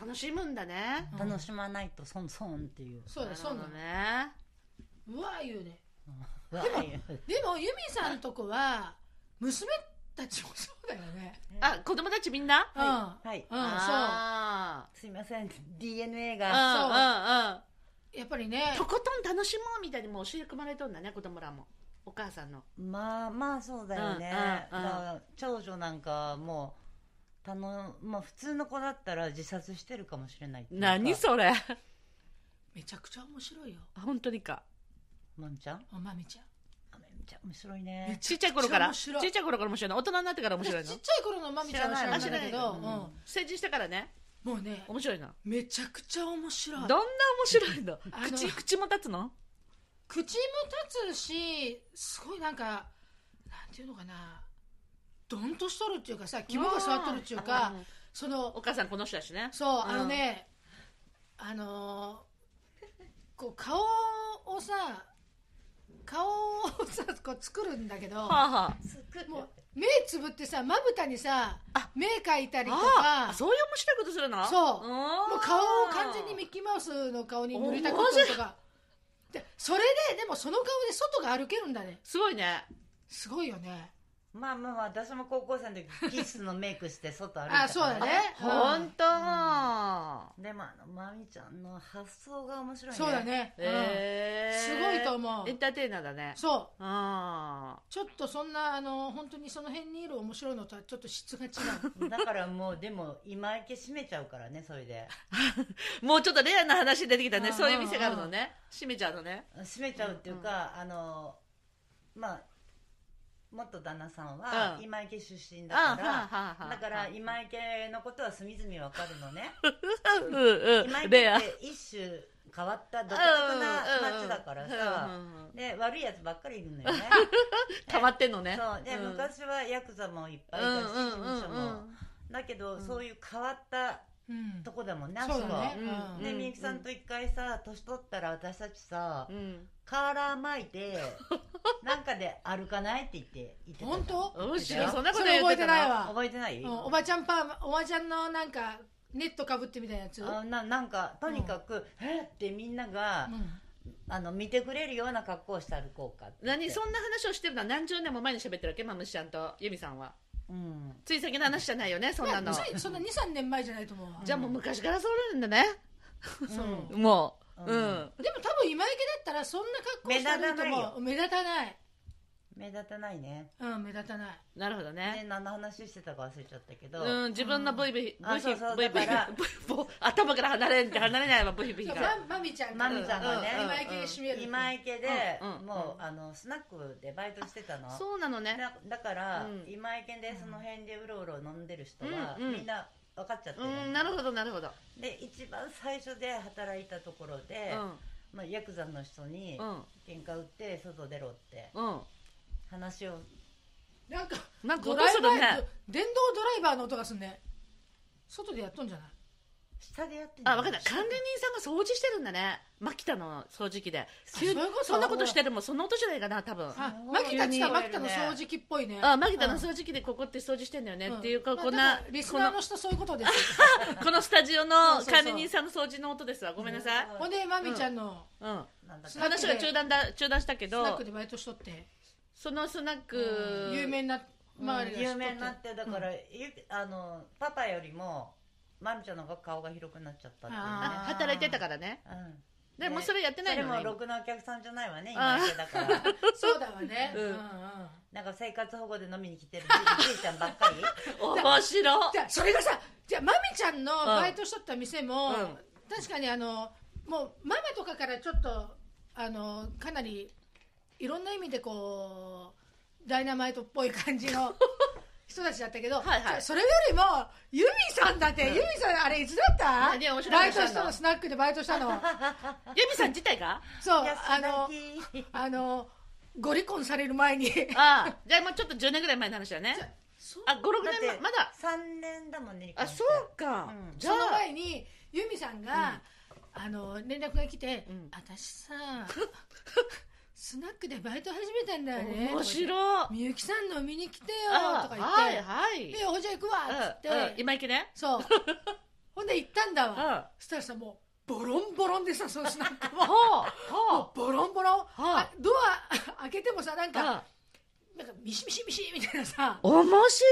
[SPEAKER 2] う
[SPEAKER 1] 楽しむんだね
[SPEAKER 2] うん
[SPEAKER 3] 楽しまないと損損っていう
[SPEAKER 2] うそうだそう
[SPEAKER 1] な
[SPEAKER 2] だ
[SPEAKER 1] るほどね
[SPEAKER 2] うわー言うね
[SPEAKER 3] うわ
[SPEAKER 2] でもユミさんとこは娘たちもそうだよね
[SPEAKER 1] あ子供たちみんな
[SPEAKER 2] うん
[SPEAKER 3] はい
[SPEAKER 2] うん
[SPEAKER 1] あ
[SPEAKER 3] すいません DNA
[SPEAKER 1] ー
[SPEAKER 3] が
[SPEAKER 1] うんうんうん
[SPEAKER 2] やっぱりね
[SPEAKER 1] とことん楽しもうみたいにもう教え込まれとんだね子供らもお母さんの
[SPEAKER 3] まあまあそうだよね
[SPEAKER 1] うんうんうん
[SPEAKER 3] だから長女なんかはもうたのまあ普通の子だったら自殺してるかもしれないっていうか
[SPEAKER 1] それ
[SPEAKER 2] めちゃくちゃ面白いよ
[SPEAKER 1] 本当にか
[SPEAKER 3] まんちゃん
[SPEAKER 2] おまみちゃん
[SPEAKER 3] あめちゃ面白い
[SPEAKER 1] うん
[SPEAKER 3] ね。
[SPEAKER 1] ちっちゃい頃から
[SPEAKER 2] めっちゃ面白い
[SPEAKER 1] ちっちゃい頃から面白いの大人になってから面
[SPEAKER 2] 私
[SPEAKER 1] 白い
[SPEAKER 2] ち
[SPEAKER 1] の
[SPEAKER 2] っちゃい頃のまみちゃんは知らないんだけど、うん
[SPEAKER 3] 知らない
[SPEAKER 1] 成人してからね
[SPEAKER 2] もうね
[SPEAKER 1] 面白いの
[SPEAKER 2] めちゃくちゃ面白い
[SPEAKER 1] どんな面白いの
[SPEAKER 2] あの
[SPEAKER 1] 口口も立つの
[SPEAKER 2] 口も立つしすごいなんかなんていうのかなどんとしとるっていうかさ肝が座っとるっていうか
[SPEAKER 1] うん
[SPEAKER 2] その
[SPEAKER 1] お母さんこの人だしね
[SPEAKER 2] そうあのね、あのーこう顔をさ顔をさこう作るんだけど
[SPEAKER 1] はあは
[SPEAKER 3] つく
[SPEAKER 2] もう目つぶってさまぶたにさ
[SPEAKER 1] あ
[SPEAKER 2] 目描いたりと
[SPEAKER 1] ああ
[SPEAKER 2] か
[SPEAKER 1] そういう面白いことするの
[SPEAKER 2] そう
[SPEAKER 1] うん
[SPEAKER 2] もう顔を完全にミッキーマウスの顔に塗りたくってるとかでそれででもその顔で外が歩けるんだね
[SPEAKER 1] すごいね
[SPEAKER 2] すごいよね
[SPEAKER 3] まあまあまあ、私も高校生の時、キスのメイクして外歩いてたから。
[SPEAKER 2] あそうだね。
[SPEAKER 1] 本当
[SPEAKER 3] でもあの、まみちゃんの発想が面白いね。
[SPEAKER 2] そうだ。ね、うん
[SPEAKER 1] えー
[SPEAKER 2] すごいと思う
[SPEAKER 1] エンターテイナーだね
[SPEAKER 2] そう
[SPEAKER 1] ああ
[SPEAKER 2] ちょっとそんなあの本当にその辺にいる面白いのとはちょっと質が違 う
[SPEAKER 3] だからもう、でも、今池閉めちゃうからね、それで。
[SPEAKER 1] もうちょっとレアな話出てきたね
[SPEAKER 2] うん
[SPEAKER 1] そういう店があるのね閉めちゃうのね
[SPEAKER 3] 閉めちゃうっていうか、あの、まあ、元旦那さんは
[SPEAKER 1] うん
[SPEAKER 3] 今池出身だ
[SPEAKER 1] ああは
[SPEAKER 3] から、
[SPEAKER 1] あはあはあ
[SPEAKER 3] だから今池のことは隅々わかるのね。
[SPEAKER 1] うんう
[SPEAKER 3] 今池
[SPEAKER 1] ん
[SPEAKER 3] っ
[SPEAKER 1] レア
[SPEAKER 3] て一種変わった独特
[SPEAKER 1] うんうん
[SPEAKER 3] な
[SPEAKER 1] うん
[SPEAKER 3] 街だから
[SPEAKER 1] う
[SPEAKER 3] さ、
[SPEAKER 1] んうんうん
[SPEAKER 3] で、悪いやつばっかりいるのよね。
[SPEAKER 1] 溜まってんの ね
[SPEAKER 3] そう。で、
[SPEAKER 1] うん
[SPEAKER 3] 昔はヤクザもいっぱいいたし、
[SPEAKER 1] うんうんうん
[SPEAKER 3] 事務所
[SPEAKER 1] う
[SPEAKER 3] も。
[SPEAKER 1] ん
[SPEAKER 3] だけど、
[SPEAKER 1] うん
[SPEAKER 3] そういう変わった
[SPEAKER 2] うん
[SPEAKER 3] とこだもんね、あそ
[SPEAKER 2] そう
[SPEAKER 3] こ。
[SPEAKER 2] だね、
[SPEAKER 1] うん
[SPEAKER 2] うん
[SPEAKER 3] で、
[SPEAKER 1] うん
[SPEAKER 3] みゆきさんと一回さ、年取ったら私たちさ、
[SPEAKER 1] うん
[SPEAKER 3] カーラー巻い て、なんかで歩かないって言って、言ってたじゃん。
[SPEAKER 2] 本当
[SPEAKER 1] 面白い
[SPEAKER 3] そ
[SPEAKER 1] そんなこと
[SPEAKER 2] れ
[SPEAKER 1] 言
[SPEAKER 2] 覚
[SPEAKER 1] っ
[SPEAKER 2] え
[SPEAKER 1] て
[SPEAKER 2] て
[SPEAKER 1] た
[SPEAKER 2] ない
[SPEAKER 1] な
[SPEAKER 2] わ、
[SPEAKER 3] 覚えてない
[SPEAKER 2] うんおばちゃんパーマおばちゃんのなんかネットかぶってみたいなやつ、うん
[SPEAKER 3] あななんか、とにかく、えーってみんなが、あの、見てくれるような格好をして歩こうかって言って。
[SPEAKER 1] 何そんな話をしてるのは何十年も前に喋ってるわけマムシちゃんとユミさんは
[SPEAKER 3] うん。
[SPEAKER 1] つい先の話じゃないよねそんなの
[SPEAKER 2] ついそんな23年前じゃないと思うわ
[SPEAKER 1] じゃあもう昔からそうなんだね
[SPEAKER 2] そう
[SPEAKER 3] うん
[SPEAKER 1] もう
[SPEAKER 3] う
[SPEAKER 1] うんん
[SPEAKER 2] でも多分今池だったらそんな格好したらいいと
[SPEAKER 3] 目立たない
[SPEAKER 2] 思う目立たない
[SPEAKER 3] 目立たないね。
[SPEAKER 2] うん目立たない
[SPEAKER 1] なるほどね
[SPEAKER 3] ね、何の話してたか忘れちゃったけど、
[SPEAKER 1] うん、自分のブイブイ、
[SPEAKER 3] あ
[SPEAKER 1] ブイ
[SPEAKER 3] そうそう
[SPEAKER 1] ブイブイ
[SPEAKER 3] だから
[SPEAKER 1] ブイブイ頭から離れん離れないわブイブイ
[SPEAKER 2] じゃ
[SPEAKER 1] から。
[SPEAKER 2] あままみちゃん
[SPEAKER 3] まみちゃんがね
[SPEAKER 2] う今池で締める
[SPEAKER 3] 今
[SPEAKER 2] 池
[SPEAKER 3] 池で、
[SPEAKER 1] うんうん
[SPEAKER 3] も
[SPEAKER 1] う
[SPEAKER 3] うあのスナックでバイトしてたの
[SPEAKER 1] そうなのね。
[SPEAKER 3] だだから、
[SPEAKER 1] うん
[SPEAKER 3] 今池でその辺でうろうろ飲んでる人は、
[SPEAKER 1] うんうん
[SPEAKER 3] みんな分かっちゃって
[SPEAKER 1] う
[SPEAKER 3] るの、
[SPEAKER 1] ん、なるほどなるほど。
[SPEAKER 3] で一番最初で働いたところで、まあ、ヤクザの人に
[SPEAKER 1] うんうん
[SPEAKER 3] 喧嘩売って外出ろって
[SPEAKER 1] うん。
[SPEAKER 3] 話を
[SPEAKER 2] なんか
[SPEAKER 1] なんか
[SPEAKER 2] ド
[SPEAKER 1] 音
[SPEAKER 2] ライ
[SPEAKER 1] す
[SPEAKER 2] バ
[SPEAKER 1] る
[SPEAKER 2] ー
[SPEAKER 1] ね。
[SPEAKER 2] 電動ドライバーの音がすんね外でやっとんじゃない
[SPEAKER 3] 下でやってんの
[SPEAKER 1] あ、わかった。管理人さんが掃除してるんだね。マキタの掃除機で。
[SPEAKER 2] そういうこと
[SPEAKER 1] そんなことしてるもんその音じゃないかな多分。
[SPEAKER 2] あ
[SPEAKER 3] す、ご
[SPEAKER 2] マキタ
[SPEAKER 3] い
[SPEAKER 2] 来
[SPEAKER 1] 急
[SPEAKER 2] た、
[SPEAKER 1] に
[SPEAKER 2] マキタの掃除機っぽいね。
[SPEAKER 1] あ、マキタの掃除機でここって掃除してんだよね、
[SPEAKER 2] うん
[SPEAKER 1] っていうか、
[SPEAKER 2] まあ
[SPEAKER 1] こんな
[SPEAKER 2] だからリス
[SPEAKER 1] こ
[SPEAKER 2] ナ
[SPEAKER 1] の
[SPEAKER 2] ーの人そういうことですよ。
[SPEAKER 1] このスタジオの
[SPEAKER 2] そうそうそう
[SPEAKER 1] 管理人さんの掃除の音ですわごめんなさい、
[SPEAKER 2] ほんで、マミちゃんの
[SPEAKER 1] うん
[SPEAKER 3] なんだっけ
[SPEAKER 2] スナック
[SPEAKER 1] 話が中断だ中断したけ
[SPEAKER 2] スナッ
[SPEAKER 1] ど
[SPEAKER 2] クでバイトしとって、
[SPEAKER 1] そのスナック、
[SPEAKER 2] 有名な、周りがしとっ
[SPEAKER 3] 有
[SPEAKER 2] て
[SPEAKER 3] 名になってだから、ゆあのパパよりもまみちゃんの方が顔が広くなっちゃったっていう
[SPEAKER 1] あ
[SPEAKER 2] あー
[SPEAKER 1] 働いてたからね
[SPEAKER 3] ねうん
[SPEAKER 1] でも
[SPEAKER 3] ね
[SPEAKER 1] それやってないの
[SPEAKER 3] それも
[SPEAKER 1] ね
[SPEAKER 3] ろくなお客さんじゃないわね
[SPEAKER 1] あ
[SPEAKER 3] 今池だ から
[SPEAKER 2] そうだわね。
[SPEAKER 1] うん
[SPEAKER 2] うんうん
[SPEAKER 3] なんか生活保護で飲みに来てるじじいちゃんばっかり
[SPEAKER 1] 面白い
[SPEAKER 2] じゃあそれがさ、じゃあマミちゃんのバイトしとった店も、
[SPEAKER 1] うん
[SPEAKER 2] 確かにあの、もうママとかからちょっと、あの、かなり、いろんな意味でこう、ダイナマイトっぽい感じ の人たちだったけど、
[SPEAKER 1] はいはい
[SPEAKER 2] じゃあそれよりも、ユミさんだって、ユミさん、あれいつだった
[SPEAKER 1] 何面白い
[SPEAKER 2] バイ
[SPEAKER 1] 話
[SPEAKER 2] ト
[SPEAKER 1] し
[SPEAKER 2] したた
[SPEAKER 1] の
[SPEAKER 2] の、スナックでバイトしたの。
[SPEAKER 1] ユミさん自体が
[SPEAKER 2] そう、
[SPEAKER 3] いや
[SPEAKER 2] あの
[SPEAKER 3] 素、敵
[SPEAKER 2] あの、ご離婚される前に。
[SPEAKER 1] ああじゃあもうちょっと10年ぐらい前の話だね
[SPEAKER 2] じゃそ
[SPEAKER 1] あ56
[SPEAKER 3] だって
[SPEAKER 1] 年ままだ
[SPEAKER 3] 3年だもんね離婚
[SPEAKER 1] あ
[SPEAKER 3] して
[SPEAKER 1] そうか、
[SPEAKER 3] うん
[SPEAKER 1] じゃあ
[SPEAKER 2] その前に、由美さんが、あの、連絡が来て、
[SPEAKER 1] うん
[SPEAKER 2] 私さ、 スナックでバイト始めたんだよね。
[SPEAKER 1] 面白い
[SPEAKER 2] みゆきさん飲みに来てよ、
[SPEAKER 1] あ
[SPEAKER 2] とか言って、
[SPEAKER 1] はいはい
[SPEAKER 2] で、ほじゃ行くわ、っつって、
[SPEAKER 1] うんうん今行けね
[SPEAKER 2] そう。ほんで行ったんだ
[SPEAKER 1] うん
[SPEAKER 2] わ。そしたらさ、もう、ボロンボロンでさ、そのスナッ クも。
[SPEAKER 1] ほうほう
[SPEAKER 2] ボロンボロン。
[SPEAKER 1] は
[SPEAKER 2] あドア開けてもさ、なんか、
[SPEAKER 1] あ
[SPEAKER 2] なんか、ミシミシミシみたいなさ。
[SPEAKER 1] 面白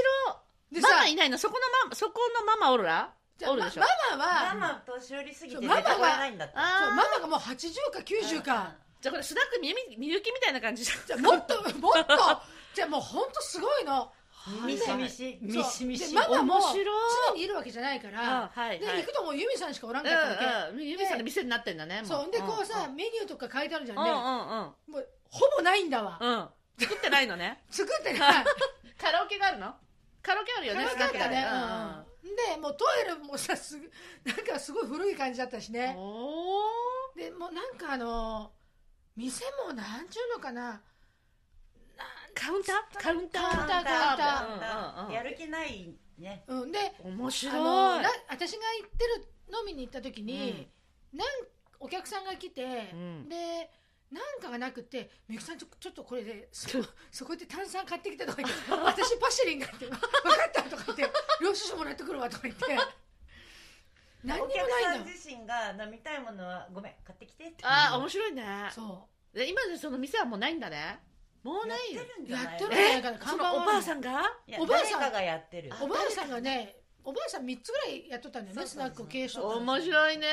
[SPEAKER 1] い
[SPEAKER 2] で
[SPEAKER 1] マ
[SPEAKER 2] さ
[SPEAKER 1] マ、いないのそこのママそこのママおるら
[SPEAKER 2] じゃあ
[SPEAKER 1] おるでしょ、
[SPEAKER 2] まママは
[SPEAKER 3] マ、マ年寄りすぎて
[SPEAKER 2] そう
[SPEAKER 3] 出
[SPEAKER 2] マ
[SPEAKER 3] て
[SPEAKER 2] マが
[SPEAKER 3] これないんだって
[SPEAKER 1] あ
[SPEAKER 2] そうママがもう80か90か、
[SPEAKER 1] じゃあこれスナックみゆみみゆきみたいな感じじ
[SPEAKER 2] じ
[SPEAKER 1] ゃ
[SPEAKER 2] ゃ
[SPEAKER 1] ん
[SPEAKER 2] あもっともっとじゃあもう本当すごいの
[SPEAKER 3] ミシミシ
[SPEAKER 2] そう
[SPEAKER 3] ミシミシ
[SPEAKER 2] でママも
[SPEAKER 1] 面白い
[SPEAKER 2] 常にいるわけじゃないか
[SPEAKER 1] うん
[SPEAKER 2] ら、
[SPEAKER 1] はい
[SPEAKER 2] で
[SPEAKER 1] はい
[SPEAKER 2] 行くともうユミさんしかおらんかったわけ、
[SPEAKER 1] うんうんユミさんの店になってんだねも
[SPEAKER 2] そうでこうさ、
[SPEAKER 1] ん
[SPEAKER 2] メニューとか書いてあるじゃん
[SPEAKER 1] うん
[SPEAKER 2] ね、
[SPEAKER 1] うんうん
[SPEAKER 2] もうほぼないんだわ、
[SPEAKER 1] うん作ってないのね。
[SPEAKER 2] 作ってない
[SPEAKER 1] カラオケがあるのカラオケあるよね。
[SPEAKER 2] 辛か ったね
[SPEAKER 1] スナックあ
[SPEAKER 2] うんでもうトイレもさすぐ なんかすごい古い感じだったし
[SPEAKER 1] るうん
[SPEAKER 2] ね
[SPEAKER 1] お
[SPEAKER 2] でもうなんかあの店もなんちゅうのかな
[SPEAKER 1] ーカウンターカウンター
[SPEAKER 2] カウンターカウンタ
[SPEAKER 1] うんう
[SPEAKER 2] ー
[SPEAKER 1] んうん
[SPEAKER 3] やる気ないね
[SPEAKER 2] うんで
[SPEAKER 1] 面
[SPEAKER 2] あの
[SPEAKER 1] 白い
[SPEAKER 2] ら。私が行ってる飲みに行った時に、なんお客さんが来て、
[SPEAKER 1] うん
[SPEAKER 2] でなんかがなくて「みゆきさんちょちょっとこれでそそこで炭酸買ってきて」とか言って「私パシリンが」って「分かった」とか言って「領収書もらってくるわ」とか 言って何に
[SPEAKER 3] お
[SPEAKER 2] も
[SPEAKER 3] 客
[SPEAKER 2] な
[SPEAKER 3] さ
[SPEAKER 2] い
[SPEAKER 3] ん
[SPEAKER 2] の
[SPEAKER 3] 自身が飲みたいものはごめん買ってきてって
[SPEAKER 1] あー、面白いね。
[SPEAKER 2] そ
[SPEAKER 1] で今でその店はもうないんだね。もうな
[SPEAKER 3] やっ
[SPEAKER 1] い
[SPEAKER 3] て
[SPEAKER 1] よ。
[SPEAKER 3] るん
[SPEAKER 2] う
[SPEAKER 3] じゃ
[SPEAKER 2] や
[SPEAKER 3] ない
[SPEAKER 2] ってるんじゃな
[SPEAKER 1] え
[SPEAKER 2] いかな、看
[SPEAKER 1] そ
[SPEAKER 2] 板は
[SPEAKER 1] のおばあさんが
[SPEAKER 3] いや
[SPEAKER 2] おばあさん
[SPEAKER 3] 誰かがやってる
[SPEAKER 2] おばあさんがねおばあさん3つぐらいやっとったんだよね
[SPEAKER 3] そう
[SPEAKER 2] ス
[SPEAKER 3] そうそう
[SPEAKER 2] ナック継承
[SPEAKER 1] 面白いね。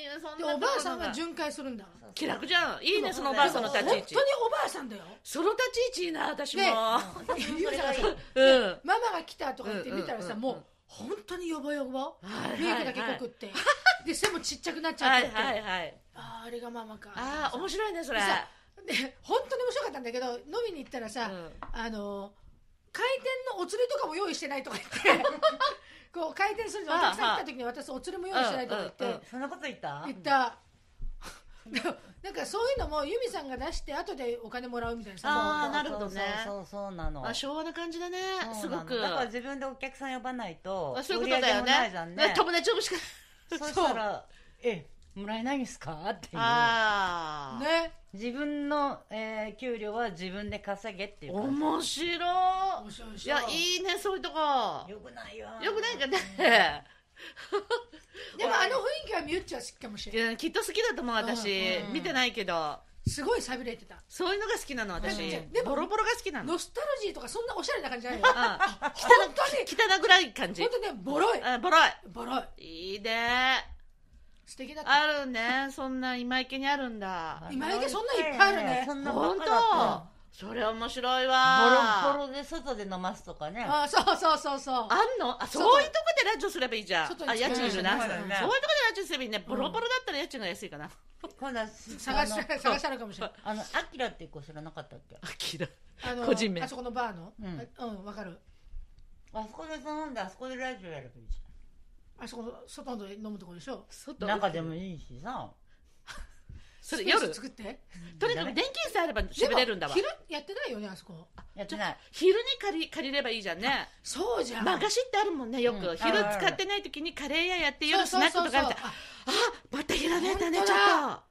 [SPEAKER 1] いや、そん
[SPEAKER 2] で
[SPEAKER 1] なと
[SPEAKER 2] お
[SPEAKER 1] こ
[SPEAKER 2] ば
[SPEAKER 1] ろ
[SPEAKER 2] あさんは巡回するんだ
[SPEAKER 3] そうそう
[SPEAKER 1] 気楽じゃん。いいね、そのおばあさんの立ち位
[SPEAKER 2] 本
[SPEAKER 1] 置
[SPEAKER 2] 当。におばあさんだよ
[SPEAKER 1] その立ち位置いいな、私も。
[SPEAKER 2] ね
[SPEAKER 3] 私 もそれがいい
[SPEAKER 1] うん。
[SPEAKER 2] ママが来たとか言って見たら
[SPEAKER 1] うんうんうん
[SPEAKER 2] さ
[SPEAKER 1] うん
[SPEAKER 2] もう本当にヨボヨボ
[SPEAKER 1] はい
[SPEAKER 2] メイクだけ濃くってで背もちっちゃくなっちゃってって
[SPEAKER 1] はいはい
[SPEAKER 2] あ
[SPEAKER 1] はい。
[SPEAKER 2] あーあれがママか
[SPEAKER 1] ああ、面白いね、それ。
[SPEAKER 2] さで本当に面白かったんだけど飲みに行ったらさ
[SPEAKER 1] うん
[SPEAKER 2] あの回転のお釣りとかも用意してないとか言って こう回転するのお客さん来た時に私お釣りも用意してないとか言って
[SPEAKER 1] うんうんうん
[SPEAKER 3] そんなこと言った
[SPEAKER 2] 言った。でもなんかそういうのも由美さんが出して後でお金もらうみたいなさもう
[SPEAKER 1] あーなるほどね
[SPEAKER 3] そうそうそうそうなの
[SPEAKER 1] あ、昭和な感じだね
[SPEAKER 3] そうな、の
[SPEAKER 1] すごく。
[SPEAKER 3] だから自分でお客さん呼ばないと
[SPEAKER 1] あ そういうことだよ
[SPEAKER 3] 売り上げもないじゃ
[SPEAKER 1] ね
[SPEAKER 3] ん。
[SPEAKER 1] ね
[SPEAKER 3] ね
[SPEAKER 1] 友達呼ぶしか
[SPEAKER 3] そ
[SPEAKER 1] そう
[SPEAKER 3] したらえもらえないんですかっていう
[SPEAKER 1] ああ。
[SPEAKER 2] ね
[SPEAKER 3] 自分の、えー給料は自分で稼げっていう感
[SPEAKER 1] 面白
[SPEAKER 2] 面白いで
[SPEAKER 1] い。
[SPEAKER 2] し
[SPEAKER 1] い
[SPEAKER 2] ょ
[SPEAKER 1] や、いいね、そういうとこ。
[SPEAKER 3] じよくないよ
[SPEAKER 1] よくないかね。
[SPEAKER 2] でもあの雰囲気はみゆっちは好きかもし
[SPEAKER 1] い
[SPEAKER 2] れな
[SPEAKER 1] やきっと好きだと思う、私
[SPEAKER 3] うんう。ん
[SPEAKER 1] 見てないけど。
[SPEAKER 2] いすごい寂れてた
[SPEAKER 1] そういうのが好きなの、私
[SPEAKER 2] だってで。も
[SPEAKER 1] ボロボロが好きなの。
[SPEAKER 2] ノスタルジーとかそんなおしゃれな感じじゃないよ
[SPEAKER 1] あ
[SPEAKER 2] 本当
[SPEAKER 1] 汚くない感じ。
[SPEAKER 2] に本当ねボロい
[SPEAKER 1] あボロ
[SPEAKER 2] ボロい
[SPEAKER 1] い。いいね。
[SPEAKER 2] 素敵だった
[SPEAKER 1] あるね。そんな今池にあるんだ。
[SPEAKER 2] 今だけそんないっぱいあるね
[SPEAKER 3] そんなば
[SPEAKER 1] 本
[SPEAKER 3] っかだった
[SPEAKER 1] 当それ面白いわ。
[SPEAKER 3] ボロボロで外で飲ますとかね
[SPEAKER 2] あそうそうそうそう
[SPEAKER 1] あんのあ、
[SPEAKER 2] 外
[SPEAKER 1] そういうとこでラジオすればいいじゃん。
[SPEAKER 2] 外に
[SPEAKER 1] あ、家賃いるな。
[SPEAKER 3] うん
[SPEAKER 1] そういうとこでラジオすればいいね。ボロボロだったら家賃が安いかな。
[SPEAKER 3] 今度は
[SPEAKER 2] 探し
[SPEAKER 3] あの
[SPEAKER 2] 探したのかもしれない
[SPEAKER 3] あのアキラっていう子知らなかったっけ
[SPEAKER 1] あ、きだ。
[SPEAKER 2] あの
[SPEAKER 1] 個人名
[SPEAKER 2] あそこのバーの
[SPEAKER 3] うん
[SPEAKER 2] あうんわかる
[SPEAKER 3] あそこで飲んであそこでラジオやればいいじ
[SPEAKER 2] あそこの外で飲むとこでしょ
[SPEAKER 3] ゃ
[SPEAKER 1] 外
[SPEAKER 3] ん中でもいいしさ
[SPEAKER 1] それ
[SPEAKER 2] スペース
[SPEAKER 1] 夜。
[SPEAKER 2] 作って
[SPEAKER 1] とにかく電気さえあれば
[SPEAKER 2] で
[SPEAKER 1] 喋
[SPEAKER 2] も
[SPEAKER 1] れるんだわ
[SPEAKER 2] 昼。やってないよねあそこ
[SPEAKER 3] やってない
[SPEAKER 1] 昼に借り、借りればいいじゃんね。
[SPEAKER 2] そうじゃん
[SPEAKER 1] まかしってあるもんね、よく。
[SPEAKER 3] うん
[SPEAKER 1] 昼使ってない時にカレー屋やって夜ス
[SPEAKER 2] そう
[SPEAKER 1] ナ
[SPEAKER 2] そ
[SPEAKER 1] ッ
[SPEAKER 2] う
[SPEAKER 1] クと
[SPEAKER 2] そう
[SPEAKER 1] か
[SPEAKER 2] そ
[SPEAKER 1] ある
[SPEAKER 2] う
[SPEAKER 1] じゃん。あまたひらめいたねちょっと
[SPEAKER 2] 本当だ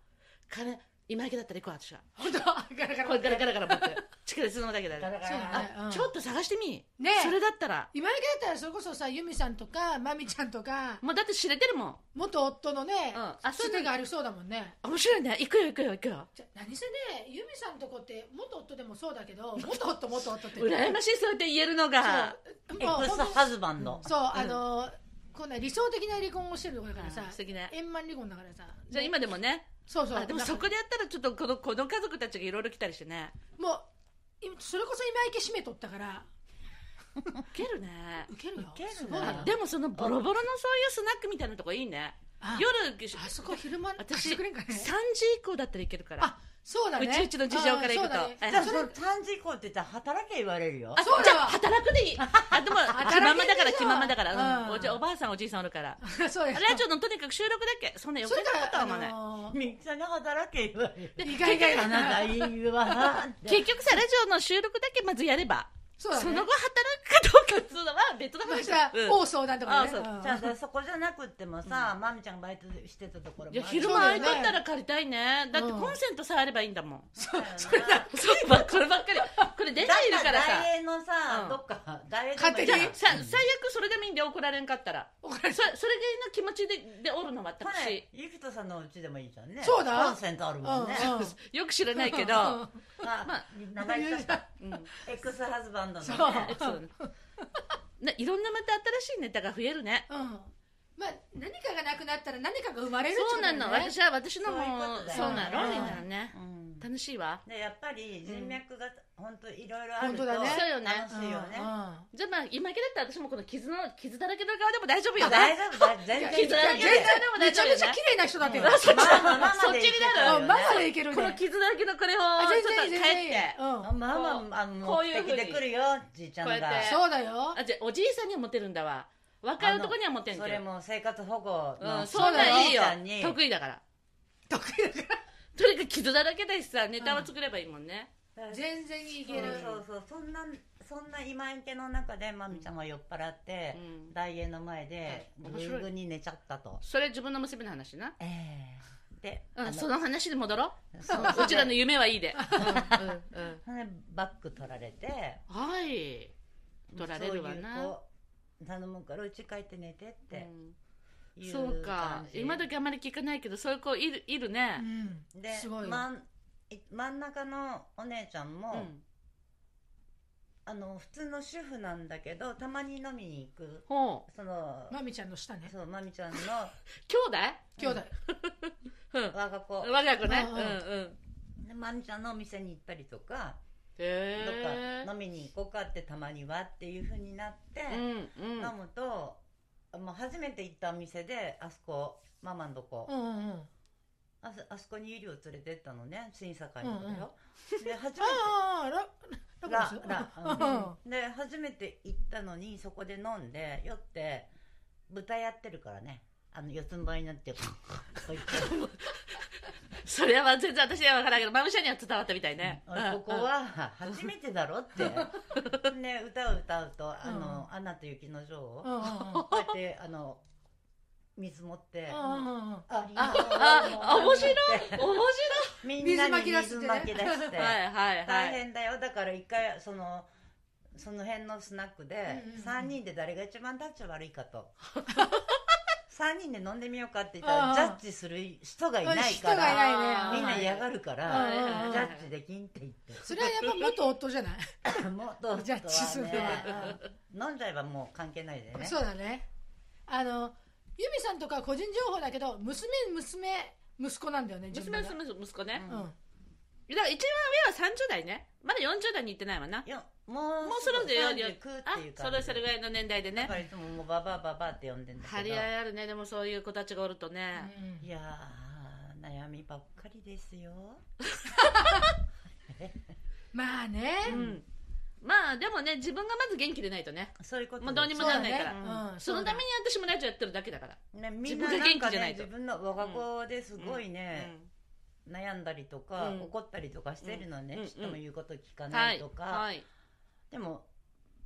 [SPEAKER 1] カレー今池だったら行こう私は
[SPEAKER 2] 本当ガラガ
[SPEAKER 1] これ
[SPEAKER 2] ラ
[SPEAKER 1] ガラガラガラ持って力で進むだけだ
[SPEAKER 3] ガ
[SPEAKER 1] ね
[SPEAKER 3] ラガ
[SPEAKER 2] そう
[SPEAKER 3] ラ
[SPEAKER 2] だね
[SPEAKER 1] あ、
[SPEAKER 2] うん
[SPEAKER 1] ちょっと探してみ
[SPEAKER 2] ねえ
[SPEAKER 1] それだったら
[SPEAKER 2] 今だけだったらそれこそさ由美さんとかまみちゃんとか
[SPEAKER 1] もうだって知れてるもん
[SPEAKER 2] 元夫のね
[SPEAKER 1] うんあそう
[SPEAKER 2] つ
[SPEAKER 1] いうの
[SPEAKER 2] てがありそうだもんね
[SPEAKER 1] 面白いね行くよ行くよ行くよ
[SPEAKER 2] じゃ何せね由美さんとこって元夫でもそうだけど元夫元夫って
[SPEAKER 1] 羨ましいそうやって言えるのが
[SPEAKER 2] そう
[SPEAKER 3] エ
[SPEAKER 2] もう
[SPEAKER 3] クス
[SPEAKER 2] 本
[SPEAKER 3] ハズバンド
[SPEAKER 2] 当そうあのこんな理想的な離婚をしてるとこだからさ
[SPEAKER 1] あー素敵ね
[SPEAKER 2] 円満離婚だからさ
[SPEAKER 1] じゃあ今でもね
[SPEAKER 2] そうそう
[SPEAKER 1] あでも
[SPEAKER 2] だから
[SPEAKER 1] そこでやったらちょっとこのこの家族たちがいろいろ来たりしてね
[SPEAKER 2] もう今それこそ今池締めとったから
[SPEAKER 1] ウケるね
[SPEAKER 2] ウケるよ
[SPEAKER 3] ウケるね
[SPEAKER 2] すごいよ
[SPEAKER 1] あでもそのボロボロのそういうスナックみたいなとこいいね
[SPEAKER 2] あ
[SPEAKER 1] 夜
[SPEAKER 2] あ
[SPEAKER 1] 3
[SPEAKER 2] そこ昼間
[SPEAKER 1] 私
[SPEAKER 2] 貸してくれんかね
[SPEAKER 1] 時以降だったらいけるから
[SPEAKER 2] あそうだね
[SPEAKER 1] うちうちの事情から行くと
[SPEAKER 2] あーそうだね
[SPEAKER 3] じゃあその3時以降って言ったら働け言われるよ
[SPEAKER 1] あ
[SPEAKER 2] そう
[SPEAKER 1] じ
[SPEAKER 2] だ
[SPEAKER 1] ゃあ
[SPEAKER 2] わ
[SPEAKER 1] 働くでいい。あでも
[SPEAKER 2] 働
[SPEAKER 1] 気
[SPEAKER 2] け
[SPEAKER 1] ま
[SPEAKER 2] る
[SPEAKER 1] まだから気ままだから、
[SPEAKER 2] う
[SPEAKER 1] うんん、おじおばあさんおじいさんおるから。
[SPEAKER 2] そうや
[SPEAKER 1] ラジオのとにかく収録だけそんな余
[SPEAKER 2] それ
[SPEAKER 1] 計
[SPEAKER 2] か
[SPEAKER 1] なことは思わない。
[SPEAKER 2] ら、あのー
[SPEAKER 3] みゆきさんに働け言われる
[SPEAKER 1] で
[SPEAKER 2] 意外が
[SPEAKER 1] 結
[SPEAKER 2] い
[SPEAKER 1] 局
[SPEAKER 3] あなたいいわって
[SPEAKER 1] 結局さラジオの収録だけまずやれば、
[SPEAKER 2] そ
[SPEAKER 1] そう
[SPEAKER 2] だね
[SPEAKER 1] の後働くかどうかするのは別の
[SPEAKER 2] そ
[SPEAKER 1] 話
[SPEAKER 2] したら
[SPEAKER 1] だ。うん
[SPEAKER 2] 大相談とかね
[SPEAKER 1] あそう
[SPEAKER 2] うん
[SPEAKER 3] じゃあさそこじゃなくってもさまみちゃんがバイトしてたところ
[SPEAKER 1] いや
[SPEAKER 3] もある
[SPEAKER 1] 昼間空いとったら借りたいね。だって
[SPEAKER 2] うん
[SPEAKER 1] コンセントさえあればいいんだもん。
[SPEAKER 3] そうだよな
[SPEAKER 1] そうばっこればっかり。これ出ないるからさ。
[SPEAKER 3] 大英のさ、
[SPEAKER 1] うん
[SPEAKER 3] どっか大英
[SPEAKER 2] 勝手
[SPEAKER 1] じ
[SPEAKER 2] に
[SPEAKER 1] ゃあさ最悪それでもいいんで怒られんかったら。
[SPEAKER 2] 怒ら
[SPEAKER 1] そ
[SPEAKER 2] れ
[SPEAKER 1] れ
[SPEAKER 2] る
[SPEAKER 1] それぐらいの気持ちででおるのは
[SPEAKER 3] 去
[SPEAKER 1] 私。
[SPEAKER 3] 年ゆきとさんのうちでもいいじゃんね
[SPEAKER 2] そうだ
[SPEAKER 3] コンセントあるもんね、
[SPEAKER 2] うんうん
[SPEAKER 1] よく知らないけど、
[SPEAKER 3] あ
[SPEAKER 1] まあ
[SPEAKER 3] 名前言っち ゃった
[SPEAKER 1] うん、
[SPEAKER 3] エクスハズバンドの、ね、
[SPEAKER 2] そう
[SPEAKER 1] えそうねないろんなまた新しいネタが増えるね。
[SPEAKER 2] うんまあ何かがなくなったら何かが生まれるっち
[SPEAKER 1] そ
[SPEAKER 2] ゅ
[SPEAKER 1] うう
[SPEAKER 2] こと
[SPEAKER 1] な
[SPEAKER 2] だよ
[SPEAKER 1] の、
[SPEAKER 2] ね
[SPEAKER 1] 私は私のも
[SPEAKER 3] そういうことだよね
[SPEAKER 1] そうなのロンリーなのね
[SPEAKER 3] う。ん
[SPEAKER 1] 楽しいわ。
[SPEAKER 3] でやっぱり人脈が本当いろいろあ
[SPEAKER 2] 本
[SPEAKER 3] る
[SPEAKER 2] 当
[SPEAKER 3] と
[SPEAKER 2] だ
[SPEAKER 3] 楽
[SPEAKER 2] ね
[SPEAKER 3] し
[SPEAKER 1] そうよね
[SPEAKER 3] いよね。
[SPEAKER 1] じゃあまあ、今だったら私もこの傷の、傷だらけの側でも大丈夫よ
[SPEAKER 3] 大
[SPEAKER 1] ね。
[SPEAKER 3] 丈夫だ全
[SPEAKER 1] いや
[SPEAKER 3] 然
[SPEAKER 2] 全
[SPEAKER 1] 傷だら
[SPEAKER 2] 然
[SPEAKER 1] け
[SPEAKER 2] めちゃめちゃ綺麗な人だってよ。
[SPEAKER 3] うんまあまあ
[SPEAKER 1] そっちになる
[SPEAKER 2] うんママでいける
[SPEAKER 1] この
[SPEAKER 2] ね。
[SPEAKER 1] 傷だらけのこれを、
[SPEAKER 2] あ
[SPEAKER 1] ちょ
[SPEAKER 2] 全
[SPEAKER 1] っと
[SPEAKER 2] 然いい
[SPEAKER 1] 帰っ
[SPEAKER 2] 全然いい
[SPEAKER 1] て。
[SPEAKER 2] うん
[SPEAKER 3] あまあまああ
[SPEAKER 1] こ
[SPEAKER 3] の
[SPEAKER 1] ういうふう
[SPEAKER 3] 持っ
[SPEAKER 1] に
[SPEAKER 3] てきてくるよじいちゃん
[SPEAKER 1] こうやっ
[SPEAKER 3] が
[SPEAKER 1] て
[SPEAKER 2] そうだよ。
[SPEAKER 1] あ、じゃあおじいさんにはモテるんだわ。若い男にはモテるん
[SPEAKER 3] そ
[SPEAKER 1] だ
[SPEAKER 3] れ
[SPEAKER 1] よ。
[SPEAKER 3] も生活保護
[SPEAKER 1] う
[SPEAKER 3] の
[SPEAKER 1] ん、そんなんいいよ
[SPEAKER 3] おじいちゃんに。
[SPEAKER 1] 得意だから。
[SPEAKER 2] 得意だか
[SPEAKER 1] とにかく傷だらけだしさ、ネタは作ればいいもんね。
[SPEAKER 2] ら。全然い
[SPEAKER 3] そ
[SPEAKER 2] け
[SPEAKER 3] う
[SPEAKER 2] る。
[SPEAKER 3] そうそうそんなそんな今池の中でまみちゃんは酔っ払って、
[SPEAKER 1] うん
[SPEAKER 3] ダイエーの前で
[SPEAKER 1] うん面
[SPEAKER 3] ぐ
[SPEAKER 1] 白い
[SPEAKER 3] んぐんに寝ちゃったと。
[SPEAKER 1] それ自分の娘の話な。
[SPEAKER 3] ええで、
[SPEAKER 1] う
[SPEAKER 3] あ
[SPEAKER 1] ん、
[SPEAKER 3] の
[SPEAKER 1] その話に戻ろ
[SPEAKER 3] そう
[SPEAKER 1] う。うちらの夢はいいで。うん、うん、うん。
[SPEAKER 3] でバッグ取られて
[SPEAKER 1] はい。取られるわな
[SPEAKER 3] そういうこう頼むからうち帰って寝てって
[SPEAKER 1] うん
[SPEAKER 3] いう感
[SPEAKER 1] そう
[SPEAKER 3] じ
[SPEAKER 1] か今時あまり聞かないけどそういう子いるいるね
[SPEAKER 2] うん
[SPEAKER 3] です
[SPEAKER 2] ごいよ。
[SPEAKER 3] 真んい真ん中のお姉ちゃんも、
[SPEAKER 1] うん
[SPEAKER 3] あの普通の主婦なんだけどたまに飲みに行く
[SPEAKER 1] ほう
[SPEAKER 3] その、
[SPEAKER 2] まみちゃんの下ね。
[SPEAKER 3] そうまみちゃ んの
[SPEAKER 1] 兄
[SPEAKER 2] 兄弟。
[SPEAKER 1] 弟
[SPEAKER 3] 我が子
[SPEAKER 1] うん我が子ねう
[SPEAKER 2] う
[SPEAKER 1] んんうん
[SPEAKER 3] でまみちゃんのお店に行ったりとか、
[SPEAKER 1] へ
[SPEAKER 3] どっか飲みに行こうかってたまにはっていうふうになって、
[SPEAKER 1] えうんうん
[SPEAKER 3] 飲むと、まあ、初めて行ったお店であそこママのとこ、
[SPEAKER 2] うんうんうん。
[SPEAKER 3] あそあそこにゆりを連れてったのね審査会のこと
[SPEAKER 2] うんうん
[SPEAKER 3] よ、で初めて
[SPEAKER 2] ああ、ララ
[SPEAKER 3] ラ
[SPEAKER 2] コス
[SPEAKER 3] ラ
[SPEAKER 2] うん
[SPEAKER 3] うんで初めて行ったのにそこで飲んで酔って豚やってるからねあの四つん這いになってこうこう 言って
[SPEAKER 1] それは全然私には分からんけどマムシャには伝わったみたいね
[SPEAKER 3] おいここは初めてだろってね歌を歌うとあの、アナと雪の女王を、
[SPEAKER 2] うんうん
[SPEAKER 3] こうやってあの水持って、あ
[SPEAKER 2] うんうんうんうん。
[SPEAKER 3] あ
[SPEAKER 1] あ面白いうん面
[SPEAKER 3] みんなに水
[SPEAKER 2] 水
[SPEAKER 3] ま
[SPEAKER 2] ま
[SPEAKER 3] き
[SPEAKER 2] き
[SPEAKER 3] 出
[SPEAKER 2] 出
[SPEAKER 3] し
[SPEAKER 2] して
[SPEAKER 1] 白いはいはいは
[SPEAKER 3] 大
[SPEAKER 1] い
[SPEAKER 3] 変だよだから一回そのその辺のスナックで
[SPEAKER 2] うんうんうん
[SPEAKER 3] 3人で誰が一番タッチ悪いかと 3人で飲んでみようかって言った
[SPEAKER 2] あ
[SPEAKER 3] ら
[SPEAKER 2] あ
[SPEAKER 3] ジャッジする人がいないか
[SPEAKER 2] 人がいな
[SPEAKER 3] ら
[SPEAKER 2] いね
[SPEAKER 1] あー
[SPEAKER 2] あ
[SPEAKER 3] みんな嫌
[SPEAKER 1] る
[SPEAKER 3] がるか
[SPEAKER 2] あ
[SPEAKER 3] ら
[SPEAKER 2] あ
[SPEAKER 3] ジャッジできんって言って
[SPEAKER 2] それはやっぱ元夫じゃない
[SPEAKER 3] もっと
[SPEAKER 2] ジャッジするのは
[SPEAKER 3] ね飲んじゃえばもう関係ないでね
[SPEAKER 2] そうだねあの由美さんとか個人情報だけど娘娘息子なんだよね
[SPEAKER 1] 娘
[SPEAKER 2] 自分
[SPEAKER 1] 娘息子ね
[SPEAKER 3] うん
[SPEAKER 2] がうん
[SPEAKER 1] だから一番上は30代ねまだ40代に行ってないわない
[SPEAKER 3] やもう
[SPEAKER 1] もうするんだよ
[SPEAKER 3] 39っ
[SPEAKER 1] あ
[SPEAKER 3] ていう
[SPEAKER 1] そ
[SPEAKER 3] 感
[SPEAKER 1] れ
[SPEAKER 3] じ
[SPEAKER 1] それぐらいの年代で
[SPEAKER 3] だ
[SPEAKER 1] ね
[SPEAKER 3] からいつももうババアババアって呼んでんだ
[SPEAKER 1] 張
[SPEAKER 3] け
[SPEAKER 1] り
[SPEAKER 3] ど
[SPEAKER 1] 合いあるねでもそういう子たちがおるとね
[SPEAKER 3] いやー悩みばっかりですよ
[SPEAKER 2] まあね
[SPEAKER 1] うんまあでもね自分がまず元気でないとね
[SPEAKER 3] そういうこと
[SPEAKER 1] もうどうに
[SPEAKER 3] です
[SPEAKER 1] も
[SPEAKER 2] そ
[SPEAKER 1] な
[SPEAKER 2] うだね
[SPEAKER 1] んないから
[SPEAKER 2] うん
[SPEAKER 1] そのために私もラジオやってるだけだから
[SPEAKER 3] ね、
[SPEAKER 1] 自
[SPEAKER 3] みんな
[SPEAKER 1] 分が
[SPEAKER 3] なん
[SPEAKER 1] 元
[SPEAKER 3] か
[SPEAKER 1] 気じゃな
[SPEAKER 3] ね
[SPEAKER 1] いと
[SPEAKER 3] 自分の我が子ですごいね、悩んだりとか、
[SPEAKER 1] うん
[SPEAKER 3] 怒ったりとかしてるのね、
[SPEAKER 1] うん
[SPEAKER 3] ちっとも言うこと聞か
[SPEAKER 1] うん
[SPEAKER 3] な
[SPEAKER 1] はいい
[SPEAKER 3] とか、
[SPEAKER 1] はい
[SPEAKER 3] でも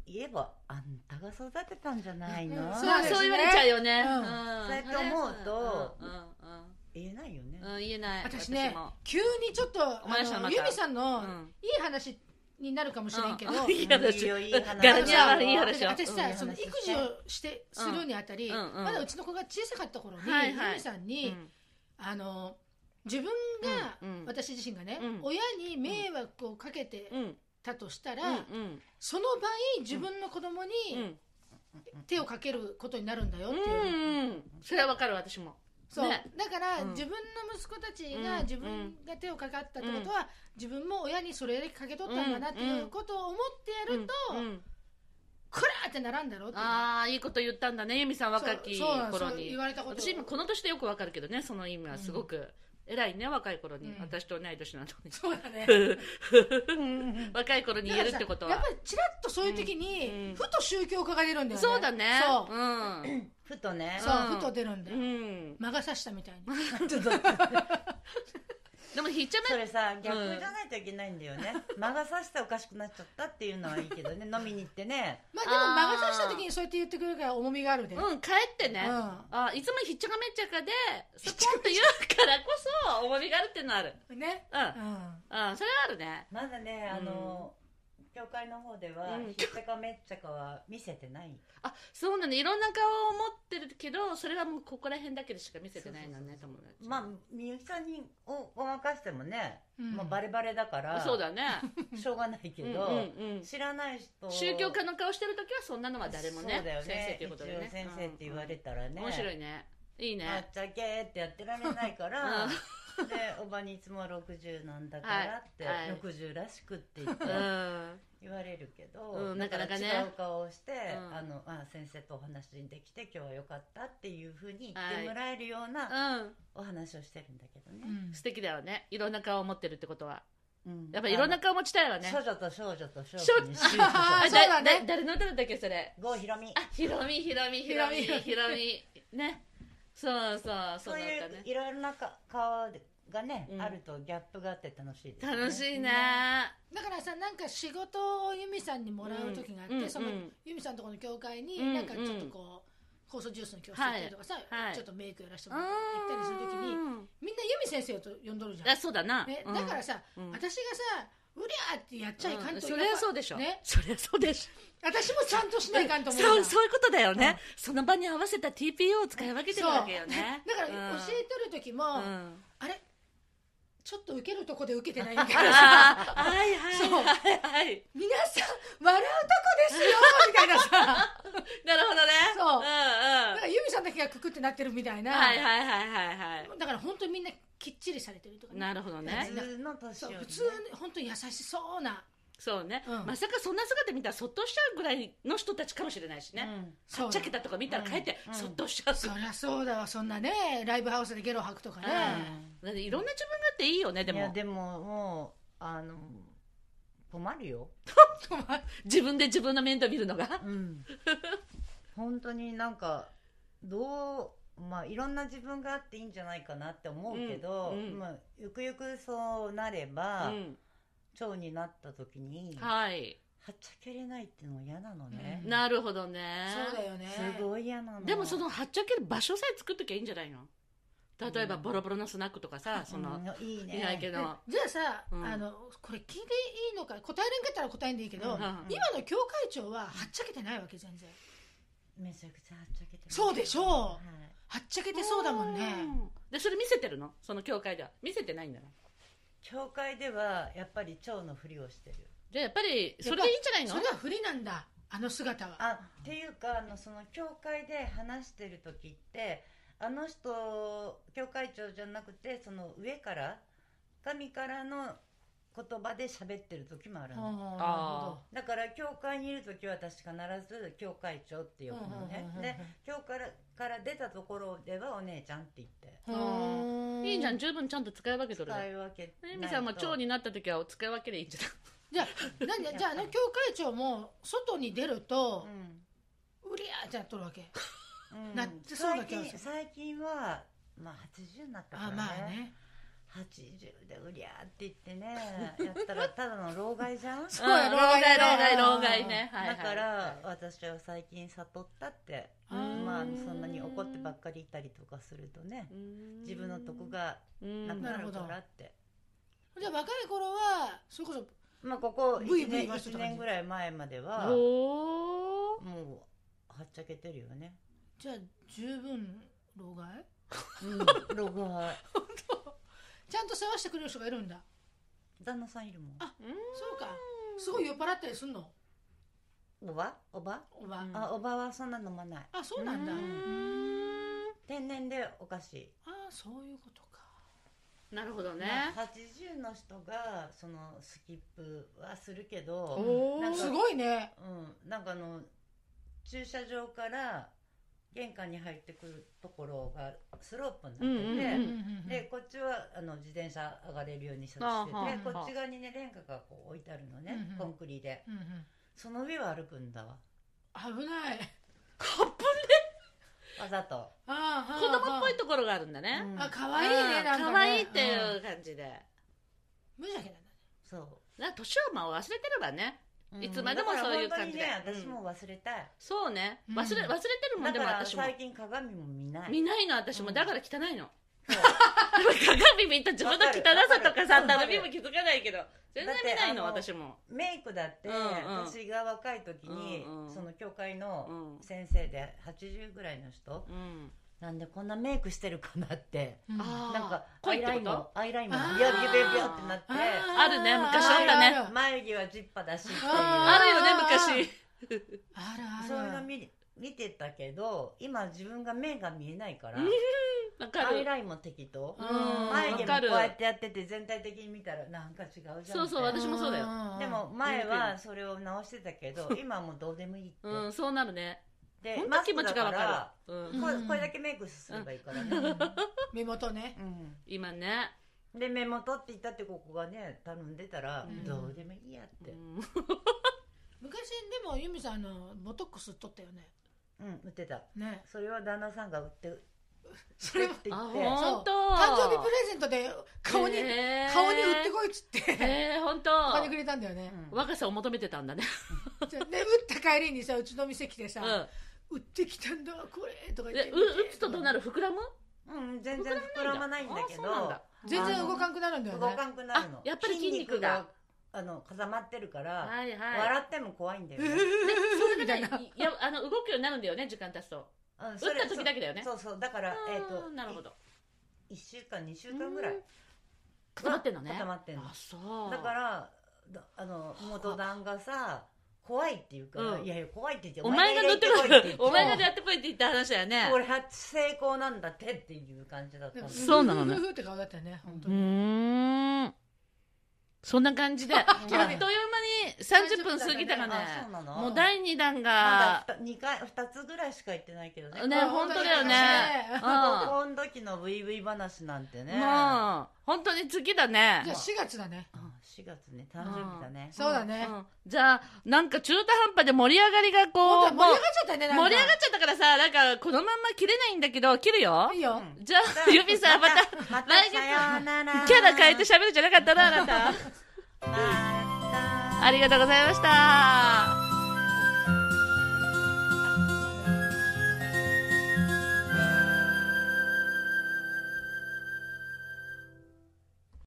[SPEAKER 3] 言えばあんたが育てたんじゃないの、
[SPEAKER 2] うんそ
[SPEAKER 1] まあ
[SPEAKER 2] ですね
[SPEAKER 1] そう言われちゃうよね
[SPEAKER 2] うん
[SPEAKER 1] ん
[SPEAKER 3] そうやって思うと
[SPEAKER 1] うん
[SPEAKER 3] 言えないよね、
[SPEAKER 1] うんうん言えない
[SPEAKER 2] 私ね
[SPEAKER 1] も
[SPEAKER 2] 急にちょっとあ
[SPEAKER 1] お前らさん
[SPEAKER 2] の
[SPEAKER 1] また
[SPEAKER 2] 由美さん
[SPEAKER 1] う
[SPEAKER 2] の
[SPEAKER 1] ん
[SPEAKER 2] いい話になるかもしれんけど
[SPEAKER 1] うんいい
[SPEAKER 3] いい
[SPEAKER 1] 話
[SPEAKER 3] よいい話
[SPEAKER 1] ガラニャ
[SPEAKER 2] あのさ
[SPEAKER 1] 悪い話よ
[SPEAKER 2] 私
[SPEAKER 3] うん
[SPEAKER 2] さその育児をして
[SPEAKER 1] うん
[SPEAKER 2] するにあたり
[SPEAKER 1] うんうん
[SPEAKER 2] まだうちの子が小さかった頃に
[SPEAKER 1] はいはい
[SPEAKER 2] 由美さんにあの自分が
[SPEAKER 1] うんうん
[SPEAKER 2] 私自身がね
[SPEAKER 1] うん
[SPEAKER 2] 親に迷惑をかけて
[SPEAKER 1] うんうん
[SPEAKER 2] たとした
[SPEAKER 1] うん
[SPEAKER 2] ら
[SPEAKER 1] うん
[SPEAKER 2] その場合自分の子供に
[SPEAKER 1] うん
[SPEAKER 2] 手をかけることになるんだよっていう、
[SPEAKER 1] うんうんそれはわかる私も
[SPEAKER 2] そう
[SPEAKER 1] ね
[SPEAKER 2] だから、
[SPEAKER 1] うん
[SPEAKER 2] 自分の息子たち
[SPEAKER 1] う
[SPEAKER 2] が
[SPEAKER 1] ん
[SPEAKER 2] 自分が手をかかったってことは、自分も親にそれだけかけとったんだなっていうことを思ってやると、
[SPEAKER 1] うんうん
[SPEAKER 2] こらーってならんだろうっていう
[SPEAKER 1] ああいいこと言ったんだね由美さん若き
[SPEAKER 2] そうそうなの
[SPEAKER 1] 頃
[SPEAKER 2] そう
[SPEAKER 1] に
[SPEAKER 2] 言われたこと
[SPEAKER 1] 私今この年でよくわかるけどねその意味はすごく、偉いね若い頃に、
[SPEAKER 2] うん
[SPEAKER 1] 私と同い年なのに
[SPEAKER 2] そうだね
[SPEAKER 1] 若い頃に言えるってこと
[SPEAKER 2] だ
[SPEAKER 1] は
[SPEAKER 2] からさやっぱりちらっとそういう時に、
[SPEAKER 1] うんうん
[SPEAKER 2] ふと宗教家が出るんだよね
[SPEAKER 1] そうだね
[SPEAKER 2] そう,、
[SPEAKER 1] うん
[SPEAKER 3] ふとね
[SPEAKER 2] そう
[SPEAKER 1] うん
[SPEAKER 2] ふと出るんだ
[SPEAKER 1] う
[SPEAKER 2] よ、
[SPEAKER 1] ん、
[SPEAKER 2] 魔が差したみたいに
[SPEAKER 1] でもひっちゃ
[SPEAKER 3] そ
[SPEAKER 1] め
[SPEAKER 3] れさ逆じゃないといけないんだよね、魔が差しておかしくなっちゃったっていうのはいいけど ね飲みに行ってね
[SPEAKER 2] まあでも
[SPEAKER 1] あー
[SPEAKER 2] 魔が差した時にそうやって言ってくれるから重みがあるで、
[SPEAKER 1] うん帰ってね、
[SPEAKER 2] うん
[SPEAKER 1] あいつもひっちゃかめっちゃかでスポンと言うからこそ重みがあるっていうのはある
[SPEAKER 2] ね、
[SPEAKER 1] うん、うん
[SPEAKER 2] う、ん
[SPEAKER 1] それはあるね
[SPEAKER 3] まだねあの、教会の方では、
[SPEAKER 1] うん
[SPEAKER 3] ひっちゃかめっちゃかは見せてない
[SPEAKER 1] あそうなのいろんな顔を持ってるけどそれはもうここら辺だけでしか見せてないのね
[SPEAKER 3] そうそうそう
[SPEAKER 1] 友達
[SPEAKER 3] まあみゆきさんにをごまかしてもね、
[SPEAKER 2] うん
[SPEAKER 3] まあ、バレバレだから
[SPEAKER 1] そうだね
[SPEAKER 3] しょうがないけど、
[SPEAKER 1] うんうんうん
[SPEAKER 3] 知らない人
[SPEAKER 1] 宗教家の顔してる時はそんなのは誰もね
[SPEAKER 3] そうだよね
[SPEAKER 1] 先生っていうことでね
[SPEAKER 3] 一応先生って言われたらね、
[SPEAKER 1] うん面白いねいい
[SPEAKER 3] あっ
[SPEAKER 1] ね
[SPEAKER 3] ちゃけーってやってられないから、でおばにいつも60なんだからって、
[SPEAKER 1] はいはい
[SPEAKER 3] 60らしくって言って
[SPEAKER 1] うん
[SPEAKER 3] 言われるけど、
[SPEAKER 1] うん
[SPEAKER 3] だ
[SPEAKER 1] なかなかね
[SPEAKER 3] 違う顔をして、
[SPEAKER 1] うん
[SPEAKER 3] あのあ先生とお話できて今日は良かったっていうふうに言
[SPEAKER 1] は
[SPEAKER 3] っ
[SPEAKER 1] い
[SPEAKER 3] てもらえるような
[SPEAKER 1] うん
[SPEAKER 3] お話をしてるんだけどね、
[SPEAKER 1] 素敵だよねいろんな顔を持ってるってことは
[SPEAKER 3] うん
[SPEAKER 1] やっぱりいろんな
[SPEAKER 3] あ
[SPEAKER 1] 顔持ちたいわ
[SPEAKER 3] の
[SPEAKER 1] ね
[SPEAKER 3] 少女と少女と少
[SPEAKER 1] 少
[SPEAKER 3] 女に少女
[SPEAKER 1] あだ
[SPEAKER 2] あそうだね
[SPEAKER 1] だ誰の歌だったっけそれ
[SPEAKER 3] 郷ひろみ
[SPEAKER 1] あひろみひろみひろみ
[SPEAKER 2] ひろみ
[SPEAKER 1] ひろみねそうそうそ
[SPEAKER 3] そうう
[SPEAKER 1] だっ
[SPEAKER 3] い
[SPEAKER 1] た
[SPEAKER 3] う
[SPEAKER 1] ね
[SPEAKER 3] いろいろなか顔がね、
[SPEAKER 1] うん
[SPEAKER 3] あるとギャップがあって楽しいです、ね、
[SPEAKER 1] 楽しいね
[SPEAKER 2] だからさなんか仕事を由美さんにもらう時があって、
[SPEAKER 1] うん
[SPEAKER 2] その
[SPEAKER 1] うん
[SPEAKER 2] 由美さんのとこの教会
[SPEAKER 1] うん
[SPEAKER 2] になんかちょっとこう放送ジュースの教室行ったりとかさ、
[SPEAKER 1] はい
[SPEAKER 2] ちょっとメイクやらせて
[SPEAKER 1] う
[SPEAKER 2] もらったり行ったりする時
[SPEAKER 1] ん
[SPEAKER 2] にみんな由美先生をと呼んどるじゃん、
[SPEAKER 1] あそうだな
[SPEAKER 2] ね
[SPEAKER 1] うん
[SPEAKER 2] だからさ、
[SPEAKER 1] うん
[SPEAKER 2] 私がさうりゃーってやっちゃいかんと、
[SPEAKER 1] うん
[SPEAKER 2] や
[SPEAKER 1] そ
[SPEAKER 2] っぱ
[SPEAKER 1] りゃそうでしょ
[SPEAKER 2] ね、
[SPEAKER 1] そりゃそうでしょ
[SPEAKER 2] 私もちゃんとしないかんと
[SPEAKER 1] そう
[SPEAKER 2] 思うじゃん
[SPEAKER 1] そういうことだよねその場に合わせた TPO を使い分けてるわけよね
[SPEAKER 2] だから教えとる時も、
[SPEAKER 1] うんうん
[SPEAKER 2] あれちょっと受けるとこで受けてないみた
[SPEAKER 1] あ
[SPEAKER 2] いなさ
[SPEAKER 1] ーはいはいはいはい
[SPEAKER 2] 皆さん笑うとこですよみたい なさ
[SPEAKER 1] なるほどね
[SPEAKER 2] そう
[SPEAKER 1] うん
[SPEAKER 2] なん
[SPEAKER 1] うん
[SPEAKER 2] か由美さんだけがククってなってるみたいな、
[SPEAKER 1] はいはいはいはいはい
[SPEAKER 2] だから本当にみんなきっちりされてるとかね
[SPEAKER 1] なるほどね
[SPEAKER 3] 普通の年
[SPEAKER 2] そ
[SPEAKER 3] を、
[SPEAKER 2] う
[SPEAKER 3] ね、
[SPEAKER 2] 普通に本当に優しそうな
[SPEAKER 1] そうね、
[SPEAKER 2] うん
[SPEAKER 1] まさかそんな姿見たらそっとしちゃうぐらいの人たちかもしれないしね、
[SPEAKER 3] うん
[SPEAKER 1] はっちゃけたとか見たら
[SPEAKER 3] うん
[SPEAKER 1] かえって
[SPEAKER 3] うん
[SPEAKER 1] そっとしちゃう、
[SPEAKER 2] そりゃそうだわそんなねライブハウスでゲロ吐くとかね、
[SPEAKER 1] うん だっていろんな自分があっていいよねで
[SPEAKER 3] いや
[SPEAKER 1] も
[SPEAKER 3] でももうあの困るよ、
[SPEAKER 1] 自分で自分の面倒見るのが
[SPEAKER 3] うん、本当になんかどうまあいろんな自分があっていいんじゃないかなって思うけど、
[SPEAKER 1] うんうん
[SPEAKER 3] まあ、ゆくゆくそうなれ
[SPEAKER 1] う
[SPEAKER 3] ば、
[SPEAKER 1] ん
[SPEAKER 3] 蝶になった時には
[SPEAKER 1] はい
[SPEAKER 3] っちゃけれないっていうの嫌なのね、
[SPEAKER 2] うん
[SPEAKER 1] なるほどね
[SPEAKER 2] そうだよね
[SPEAKER 3] すごい嫌なの
[SPEAKER 1] でもそのはっちゃける場所さえ作っときゃいいんじゃないの例えばボロボロのスナックとかさ、その、
[SPEAKER 3] うんいいね
[SPEAKER 1] いないけ
[SPEAKER 2] え
[SPEAKER 1] ど、
[SPEAKER 2] じゃあさ、
[SPEAKER 1] うん
[SPEAKER 2] あのこれ聞いていいのか答えれんかったら答えんでいいけど、
[SPEAKER 1] うん
[SPEAKER 2] 今の教会長ははっちゃけてないわけ全然
[SPEAKER 3] めちゃくちゃはっちゃけてます
[SPEAKER 2] そうでしょう
[SPEAKER 3] は、
[SPEAKER 2] はっちゃけてそうだもんね
[SPEAKER 1] うんでそれ見せてるのその教会では見せてないんだない
[SPEAKER 3] 教会ではやっぱり蝶のふりをしてる
[SPEAKER 1] じゃあやっぱりそれでいいんじゃないの
[SPEAKER 2] それは不利なんだあの姿は
[SPEAKER 3] あっていうかあのその教会で話してる時ってあの人教会長じゃなくてその上から神からの言葉で喋ってる時もある
[SPEAKER 2] あ
[SPEAKER 3] の、
[SPEAKER 2] ー
[SPEAKER 1] あ
[SPEAKER 3] だから教会にいる時は私必ず教会長って呼ぶのね、
[SPEAKER 2] うんうんうんうん
[SPEAKER 3] で教会から出たところではお姉ちゃんって言って
[SPEAKER 2] なるほど
[SPEAKER 1] いいじゃん十分ちゃんと使い分けとる
[SPEAKER 3] 使い分け
[SPEAKER 1] えみさんも腸になった時はお使い分けでいいんじゃない
[SPEAKER 2] じゃあなんでじゃああの教会長も外に出ると
[SPEAKER 3] う、ん
[SPEAKER 2] うりゃーってなっとるわけ
[SPEAKER 3] うん
[SPEAKER 2] なってそうな
[SPEAKER 3] 最
[SPEAKER 2] 気がす
[SPEAKER 3] 近
[SPEAKER 2] る
[SPEAKER 3] 最近はまあ80になったから
[SPEAKER 2] あ
[SPEAKER 3] ね
[SPEAKER 2] まあね
[SPEAKER 3] 80でうりゃーって言ってねやったらただの老 害じゃん
[SPEAKER 2] すごい
[SPEAKER 1] うん老害老
[SPEAKER 2] 老害
[SPEAKER 1] 害
[SPEAKER 2] ね
[SPEAKER 1] 老害ねはいは
[SPEAKER 3] だ
[SPEAKER 1] い
[SPEAKER 3] から私は最近悟ったって
[SPEAKER 2] うーん
[SPEAKER 3] まあそんなに怒ってばっかりいたりとかするとね自分のとこが
[SPEAKER 1] うん
[SPEAKER 3] なくな
[SPEAKER 2] るほ
[SPEAKER 3] る
[SPEAKER 2] ど
[SPEAKER 3] からって
[SPEAKER 2] じゃあ若い頃はそれこそ
[SPEAKER 3] まあここ
[SPEAKER 2] ブイ
[SPEAKER 3] 1
[SPEAKER 2] ブイ
[SPEAKER 3] 年
[SPEAKER 2] 言わせて
[SPEAKER 3] 1
[SPEAKER 2] た感じ
[SPEAKER 3] 年ぐらい前まではも
[SPEAKER 1] おー
[SPEAKER 3] うはっちゃけてるよね
[SPEAKER 2] じゃあ十分老害
[SPEAKER 3] うん老害
[SPEAKER 2] ちゃんと世話してくれる人がいるんだ
[SPEAKER 3] 旦那さんいるもん
[SPEAKER 2] あそうかすごい酔っ払ったりすんの
[SPEAKER 3] おばおば
[SPEAKER 2] おば、
[SPEAKER 1] うん
[SPEAKER 3] あおばはそんな飲まない
[SPEAKER 2] あそうなんだ
[SPEAKER 1] う
[SPEAKER 2] あ
[SPEAKER 1] ん
[SPEAKER 3] 天然でおかしい
[SPEAKER 2] あそういうことか
[SPEAKER 1] なるほどね
[SPEAKER 3] まあ、80の人がそのスキップはするけど、
[SPEAKER 1] お
[SPEAKER 3] なん
[SPEAKER 1] ー
[SPEAKER 3] か
[SPEAKER 2] すごいね
[SPEAKER 3] うん、なんかあの駐車場から玄関に入ってくるところがスロープになってて、
[SPEAKER 1] うんうん
[SPEAKER 3] でこっちはあの自転車上がれるようにさ
[SPEAKER 1] あ
[SPEAKER 3] して
[SPEAKER 1] はあ
[SPEAKER 3] て
[SPEAKER 1] はあ
[SPEAKER 3] こっち側にねレンガがこう置いてあるのね、
[SPEAKER 2] うんうん
[SPEAKER 3] コンクリで
[SPEAKER 2] うんうん
[SPEAKER 3] その上を歩くんだわ
[SPEAKER 2] 危ない
[SPEAKER 1] カップ
[SPEAKER 3] わざと、
[SPEAKER 2] ああ
[SPEAKER 1] 子供っぽい
[SPEAKER 2] と
[SPEAKER 1] ところがあるんだ
[SPEAKER 3] う
[SPEAKER 1] ね
[SPEAKER 3] ん
[SPEAKER 2] あ可愛いねなんかね
[SPEAKER 1] 可愛いってい
[SPEAKER 2] ん
[SPEAKER 1] う感じで
[SPEAKER 2] 無邪気なんだね
[SPEAKER 3] そ
[SPEAKER 1] な年をまあ忘れてればね
[SPEAKER 3] う、
[SPEAKER 1] いつまでもそういう感じで
[SPEAKER 3] だから本当にね
[SPEAKER 1] うん
[SPEAKER 3] 私も忘れたい、
[SPEAKER 1] そうね忘れ忘れ
[SPEAKER 2] うん
[SPEAKER 1] てるも
[SPEAKER 3] だ
[SPEAKER 1] んで
[SPEAKER 3] か
[SPEAKER 1] も
[SPEAKER 3] ら
[SPEAKER 1] 私も
[SPEAKER 3] 最近鏡も見ない
[SPEAKER 1] 見ないの私も
[SPEAKER 3] うん
[SPEAKER 1] だから汚いの
[SPEAKER 3] そう
[SPEAKER 1] 鏡見た自分の汚さとかさ
[SPEAKER 3] わかるわかる
[SPEAKER 1] 並びも気づかないけど全然見ないの
[SPEAKER 3] だって
[SPEAKER 1] 私も
[SPEAKER 3] メイクだって、
[SPEAKER 1] うんうん
[SPEAKER 3] 私が若い時に、
[SPEAKER 1] うんうん
[SPEAKER 3] その教会
[SPEAKER 1] う
[SPEAKER 3] の
[SPEAKER 1] ん
[SPEAKER 3] 先生で80ぐらいの人、
[SPEAKER 1] うん
[SPEAKER 3] なんでこんなメイクしてるかなって
[SPEAKER 2] うん
[SPEAKER 1] あー
[SPEAKER 3] なんか
[SPEAKER 1] 濃
[SPEAKER 3] ア
[SPEAKER 1] い
[SPEAKER 3] イ
[SPEAKER 1] ってこ
[SPEAKER 3] ラ
[SPEAKER 1] と
[SPEAKER 3] インもアイラインも
[SPEAKER 2] あー
[SPEAKER 3] ビヨビヨビヨビヨってなって
[SPEAKER 2] ー
[SPEAKER 1] あるね昔あったね
[SPEAKER 2] るある
[SPEAKER 3] 眉毛はジッパだしっていう
[SPEAKER 2] あ
[SPEAKER 1] あるよね
[SPEAKER 2] あー
[SPEAKER 1] 昔
[SPEAKER 2] あるある
[SPEAKER 3] そういうの見見てたけど今自分が目が見えないから
[SPEAKER 1] うんわか
[SPEAKER 3] アイ
[SPEAKER 1] る。
[SPEAKER 3] ラインも適当
[SPEAKER 1] う
[SPEAKER 2] うん
[SPEAKER 1] ん、
[SPEAKER 3] 眉毛
[SPEAKER 1] わ
[SPEAKER 3] も
[SPEAKER 1] か
[SPEAKER 3] こ
[SPEAKER 1] る
[SPEAKER 3] う。やってやってて全体的に見たらなんか違うじゃん
[SPEAKER 1] そうそう
[SPEAKER 3] みたいな
[SPEAKER 1] 私もそうだよ
[SPEAKER 2] ん
[SPEAKER 3] でも前はそれを直してたけど今はもうどうでもいいって、
[SPEAKER 1] うん、そうなるね。
[SPEAKER 3] で
[SPEAKER 1] 本
[SPEAKER 3] マ
[SPEAKER 1] 当
[SPEAKER 3] ス
[SPEAKER 1] 気
[SPEAKER 3] ク
[SPEAKER 1] 持
[SPEAKER 3] だ
[SPEAKER 1] ち
[SPEAKER 3] か
[SPEAKER 1] がわ
[SPEAKER 3] ら
[SPEAKER 1] かる。う
[SPEAKER 2] る
[SPEAKER 1] ん、
[SPEAKER 3] こ
[SPEAKER 2] うん
[SPEAKER 3] これだけメイクすればいいから
[SPEAKER 2] う
[SPEAKER 3] ね、
[SPEAKER 2] ん 目元ね
[SPEAKER 3] うん
[SPEAKER 1] 今ね。
[SPEAKER 3] で目元って言ったってここがね頼んでたら
[SPEAKER 1] うん
[SPEAKER 3] どうでもいいやって、
[SPEAKER 1] うん
[SPEAKER 2] 昔でも由美さんあのボトックス取ったよね
[SPEAKER 3] うん、売ってた
[SPEAKER 2] ね
[SPEAKER 3] それは旦那さんが売って売っ
[SPEAKER 2] そ
[SPEAKER 3] て
[SPEAKER 2] れ
[SPEAKER 3] っ
[SPEAKER 2] も
[SPEAKER 3] て言
[SPEAKER 1] あ、
[SPEAKER 3] って
[SPEAKER 1] 本当。
[SPEAKER 2] 誕生日プレゼントで顔に
[SPEAKER 1] へー
[SPEAKER 2] 顔に売ってこいっつって
[SPEAKER 1] ええ、本
[SPEAKER 2] お金く
[SPEAKER 1] 当。
[SPEAKER 2] れたんだよね
[SPEAKER 3] うん
[SPEAKER 1] 若さを求めてたんだね。
[SPEAKER 2] じゃあ眠った帰りにさうちの店来て
[SPEAKER 1] う
[SPEAKER 2] さ
[SPEAKER 1] ん。
[SPEAKER 2] 「売ってきたんだこれ」とか言っ
[SPEAKER 1] で、う、
[SPEAKER 2] て
[SPEAKER 1] 打つとどうなる膨らむ
[SPEAKER 3] うん、全然膨らまないんだけど
[SPEAKER 1] あそうなんだ
[SPEAKER 2] 全然動かんくなるんだよ
[SPEAKER 3] 動
[SPEAKER 2] ね
[SPEAKER 3] かんくなるの
[SPEAKER 1] あやっぱり筋肉が
[SPEAKER 3] あの固まってるから、
[SPEAKER 1] はいはい。
[SPEAKER 3] 笑っても怖いんだ
[SPEAKER 2] え
[SPEAKER 3] よね、
[SPEAKER 2] ーみ
[SPEAKER 1] だ
[SPEAKER 2] た
[SPEAKER 1] か ら
[SPEAKER 2] いない
[SPEAKER 1] や、あの、動くようになるんだよね、時間経つと。
[SPEAKER 3] うん
[SPEAKER 1] 打った時だけだよね。
[SPEAKER 3] そうそうだからえっ、
[SPEAKER 1] う
[SPEAKER 3] と
[SPEAKER 1] んなるほど。
[SPEAKER 3] 1週間2週間ぐらい
[SPEAKER 1] うん固まってんのね。
[SPEAKER 3] 固まってんの
[SPEAKER 1] あ、そう。
[SPEAKER 3] だからだあの元旦がさ怖いって言うから、
[SPEAKER 1] うん
[SPEAKER 3] いやいや怖いって言って
[SPEAKER 1] お前が乗ってこい。お前がやってこいって言った話だよね。
[SPEAKER 3] 俺は成功なんだってっていう感じだったの
[SPEAKER 1] そうなのね
[SPEAKER 2] ふふふって顔だったよね本当
[SPEAKER 1] う
[SPEAKER 2] に
[SPEAKER 1] ーん。そんな感 じで、あっという間に30分過ぎたがね
[SPEAKER 3] あ、そうなの
[SPEAKER 1] もう第2弾
[SPEAKER 3] ま
[SPEAKER 1] が、
[SPEAKER 3] だ 2, 回2つぐらいしか行ってないけどね
[SPEAKER 1] ね、
[SPEAKER 2] あ
[SPEAKER 1] 本当だよ
[SPEAKER 2] 本
[SPEAKER 1] ね。うん。も
[SPEAKER 3] この時の VV 話なんてね
[SPEAKER 1] う、本当に次だね
[SPEAKER 2] じゃあ。4月だね
[SPEAKER 3] うん4月ね誕生日だね、
[SPEAKER 2] そうだね
[SPEAKER 1] うん じゃあ、なんか中途半端で盛り上がりがこ
[SPEAKER 2] 本
[SPEAKER 1] う、
[SPEAKER 2] 当
[SPEAKER 1] も
[SPEAKER 2] 盛り上がっ
[SPEAKER 1] う
[SPEAKER 2] ちゃったねなんか
[SPEAKER 1] 盛り上がっちゃったからさ、なんかこのまんま切れないんだけど、切るよ
[SPEAKER 2] いい。よ
[SPEAKER 1] じゃあ、ゆびさんまた、
[SPEAKER 3] また
[SPEAKER 1] 来月
[SPEAKER 3] さようなら
[SPEAKER 1] キャラ変えて 喋るんじゃなかったな、あなた。
[SPEAKER 3] また
[SPEAKER 1] ありがとうございました。